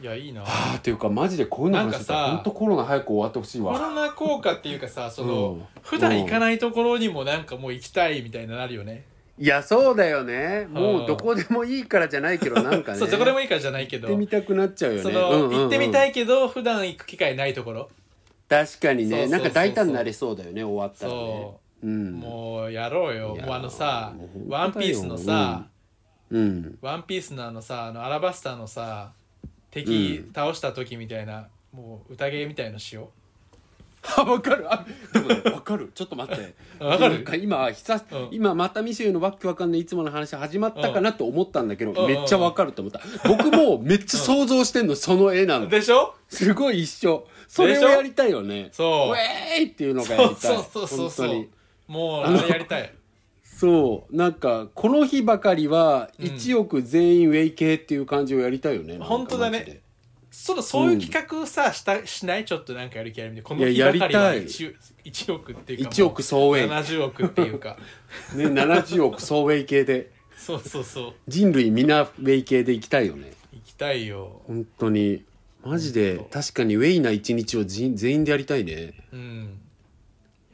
[SPEAKER 1] いやいいな
[SPEAKER 2] はあっていうかマジでこういうの話してた
[SPEAKER 1] な
[SPEAKER 2] ら
[SPEAKER 1] んかさ
[SPEAKER 2] ほんとコロナ早く終わってほしい
[SPEAKER 1] コ
[SPEAKER 2] わ
[SPEAKER 1] ロナ効果っていうかさその、
[SPEAKER 2] うん
[SPEAKER 1] 普段行かないところにもなんかもう行きたいみたいになるよね
[SPEAKER 2] いやそうだよね
[SPEAKER 1] う
[SPEAKER 2] も
[SPEAKER 1] ん
[SPEAKER 2] うどこでもいいからじゃないけどなんかね
[SPEAKER 1] そうどこでもいいからじゃないけ
[SPEAKER 2] 行
[SPEAKER 1] ど
[SPEAKER 2] ってみたくなっちゃうよね
[SPEAKER 1] その、
[SPEAKER 2] うんうんうん
[SPEAKER 1] 行ってみたいけど普段行く機会ないところ
[SPEAKER 2] 確かに
[SPEAKER 1] そうそう
[SPEAKER 2] ね
[SPEAKER 1] そうそ
[SPEAKER 2] な
[SPEAKER 1] うん
[SPEAKER 2] か大胆になれそうだよね終わったらね
[SPEAKER 1] そうう、
[SPEAKER 2] ん
[SPEAKER 1] もうやろうよ
[SPEAKER 2] いやー
[SPEAKER 1] もうあのさ
[SPEAKER 2] もう本当
[SPEAKER 1] 「
[SPEAKER 2] だよ
[SPEAKER 1] ワンピースのさ、
[SPEAKER 2] うん
[SPEAKER 1] ワンピースのあのさあのアラバスタのさ敵
[SPEAKER 2] うん
[SPEAKER 1] 倒した時みたいな、もう宴みたいのしよ
[SPEAKER 2] あ分かるあで もね分かるちょっと待って
[SPEAKER 1] うわか
[SPEAKER 2] なん
[SPEAKER 1] る
[SPEAKER 2] か今久し
[SPEAKER 1] うん
[SPEAKER 2] 今またミシェルのわっけわかんないいつもの話始まったかなと思ったんだけど
[SPEAKER 1] うん
[SPEAKER 2] めっちゃ分かると思った僕もめっちゃ想像してんのその絵なの
[SPEAKER 1] でしょ
[SPEAKER 2] すごい一緒それをやりたいよね
[SPEAKER 1] そう
[SPEAKER 2] ウェーイっていうのがやりたい
[SPEAKER 1] そうそうそうそう
[SPEAKER 2] 本当に
[SPEAKER 1] もうあれやりたい
[SPEAKER 2] そうなんかこの日ばかりは
[SPEAKER 1] うん
[SPEAKER 2] 1億全員ウェイ系っていう感じをやりたいよね、なんか
[SPEAKER 1] 本当だね
[SPEAKER 2] マジで
[SPEAKER 1] そのそういう企画さ、したしないちょっとなんかやる気あるみたいなこの
[SPEAKER 2] い
[SPEAKER 1] 日
[SPEAKER 2] や
[SPEAKER 1] ばかり
[SPEAKER 2] や
[SPEAKER 1] は
[SPEAKER 2] りたい
[SPEAKER 1] 1, 1億っていうかもう
[SPEAKER 2] 1億総ウェイ、ね、
[SPEAKER 1] 70億っていうか
[SPEAKER 2] 70億総ウェイ系で
[SPEAKER 1] そうそうそう
[SPEAKER 2] 人類みんなウェイ系で行きたいよね
[SPEAKER 1] 行きたいよ
[SPEAKER 2] 本当にマジ
[SPEAKER 1] 本
[SPEAKER 2] で
[SPEAKER 1] 当
[SPEAKER 2] 確かにウェイな一日を全全員でやりたいね
[SPEAKER 1] うん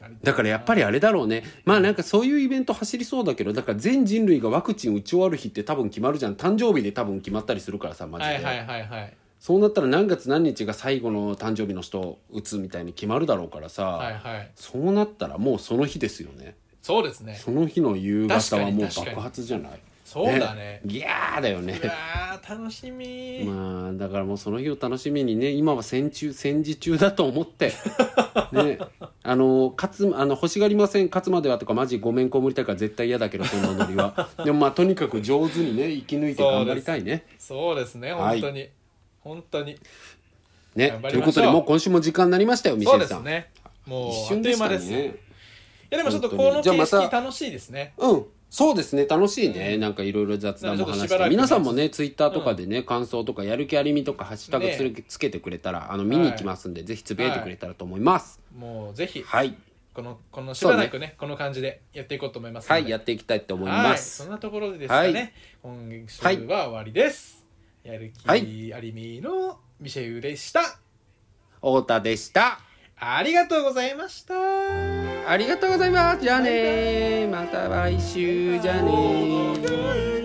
[SPEAKER 1] やりたいな
[SPEAKER 2] だからやっぱりあれだろうねまあなんかそういうイベント走りそうだけどだから全人類がワクチン打ち終わる日って多分決まるじゃん誕生日で多分決まったりするからさマジで、
[SPEAKER 1] はいはいはいはい
[SPEAKER 2] そうなったら何月何日が最後の誕生日の人を打つみたいに決まるだろうからさ、
[SPEAKER 1] はいはい
[SPEAKER 2] そうなったらもうその日ですよね
[SPEAKER 1] そうですね
[SPEAKER 2] その日の夕方はもう
[SPEAKER 1] 確かに
[SPEAKER 2] 爆発じゃない
[SPEAKER 1] そうだね
[SPEAKER 2] ギャーだよね
[SPEAKER 1] うわー楽しみ
[SPEAKER 2] まあだからもうその日を楽しみにね今は戦中戦時中だと思って ねあの勝つあの欲しがりません勝つまではとかマジごめんこむりたいから絶対嫌だけどそんなノリ はでもまあとにかく上手にね生き抜いて頑張りたいね
[SPEAKER 1] そうですね、
[SPEAKER 2] はい
[SPEAKER 1] 本当に本当に
[SPEAKER 2] ね
[SPEAKER 1] 頑
[SPEAKER 2] と
[SPEAKER 1] 張り
[SPEAKER 2] いう
[SPEAKER 1] ましょ
[SPEAKER 2] こ
[SPEAKER 1] う
[SPEAKER 2] とでもう今週も時間になりましたよミシ
[SPEAKER 1] そ
[SPEAKER 2] ェ
[SPEAKER 1] う
[SPEAKER 2] ル
[SPEAKER 1] で
[SPEAKER 2] さ
[SPEAKER 1] す
[SPEAKER 2] ん、
[SPEAKER 1] ねもう
[SPEAKER 2] 一
[SPEAKER 1] あっ
[SPEAKER 2] 瞬
[SPEAKER 1] と
[SPEAKER 2] で
[SPEAKER 1] いう
[SPEAKER 2] し
[SPEAKER 1] 間
[SPEAKER 2] た
[SPEAKER 1] です、
[SPEAKER 2] ね
[SPEAKER 1] いやでもちょっと
[SPEAKER 2] 本
[SPEAKER 1] こ
[SPEAKER 2] 当に
[SPEAKER 1] の
[SPEAKER 2] じゃあ
[SPEAKER 1] 形
[SPEAKER 2] また
[SPEAKER 1] 式楽しいですね
[SPEAKER 2] うんそうですね楽しいね、なんかいろいろ雑談も
[SPEAKER 1] なんかちょ
[SPEAKER 2] 話し
[SPEAKER 1] っとしばら
[SPEAKER 2] て
[SPEAKER 1] く
[SPEAKER 2] 皆さんもねツイッターとかでね、感想とかやる気ありみとかハッシュタグつ,、つけてくれたらあの見に行きますんで、ぜひつぶやいてくれたらと思います
[SPEAKER 1] もうぜひ
[SPEAKER 2] はい
[SPEAKER 1] このこのしばらくねこの感じでやっていこうと思いますの
[SPEAKER 2] は
[SPEAKER 1] で
[SPEAKER 2] い、やっていきたいと思い
[SPEAKER 1] は
[SPEAKER 2] ま
[SPEAKER 1] い
[SPEAKER 2] す
[SPEAKER 1] そん。なところでですかね、
[SPEAKER 2] はい
[SPEAKER 1] 今週は終わりです、やる気
[SPEAKER 2] は
[SPEAKER 1] あ
[SPEAKER 2] い
[SPEAKER 1] りみのミシェウでした
[SPEAKER 2] 太田でした。
[SPEAKER 1] ありがとうございました
[SPEAKER 2] ありがとうございます。じゃあねーまた来週じゃあねー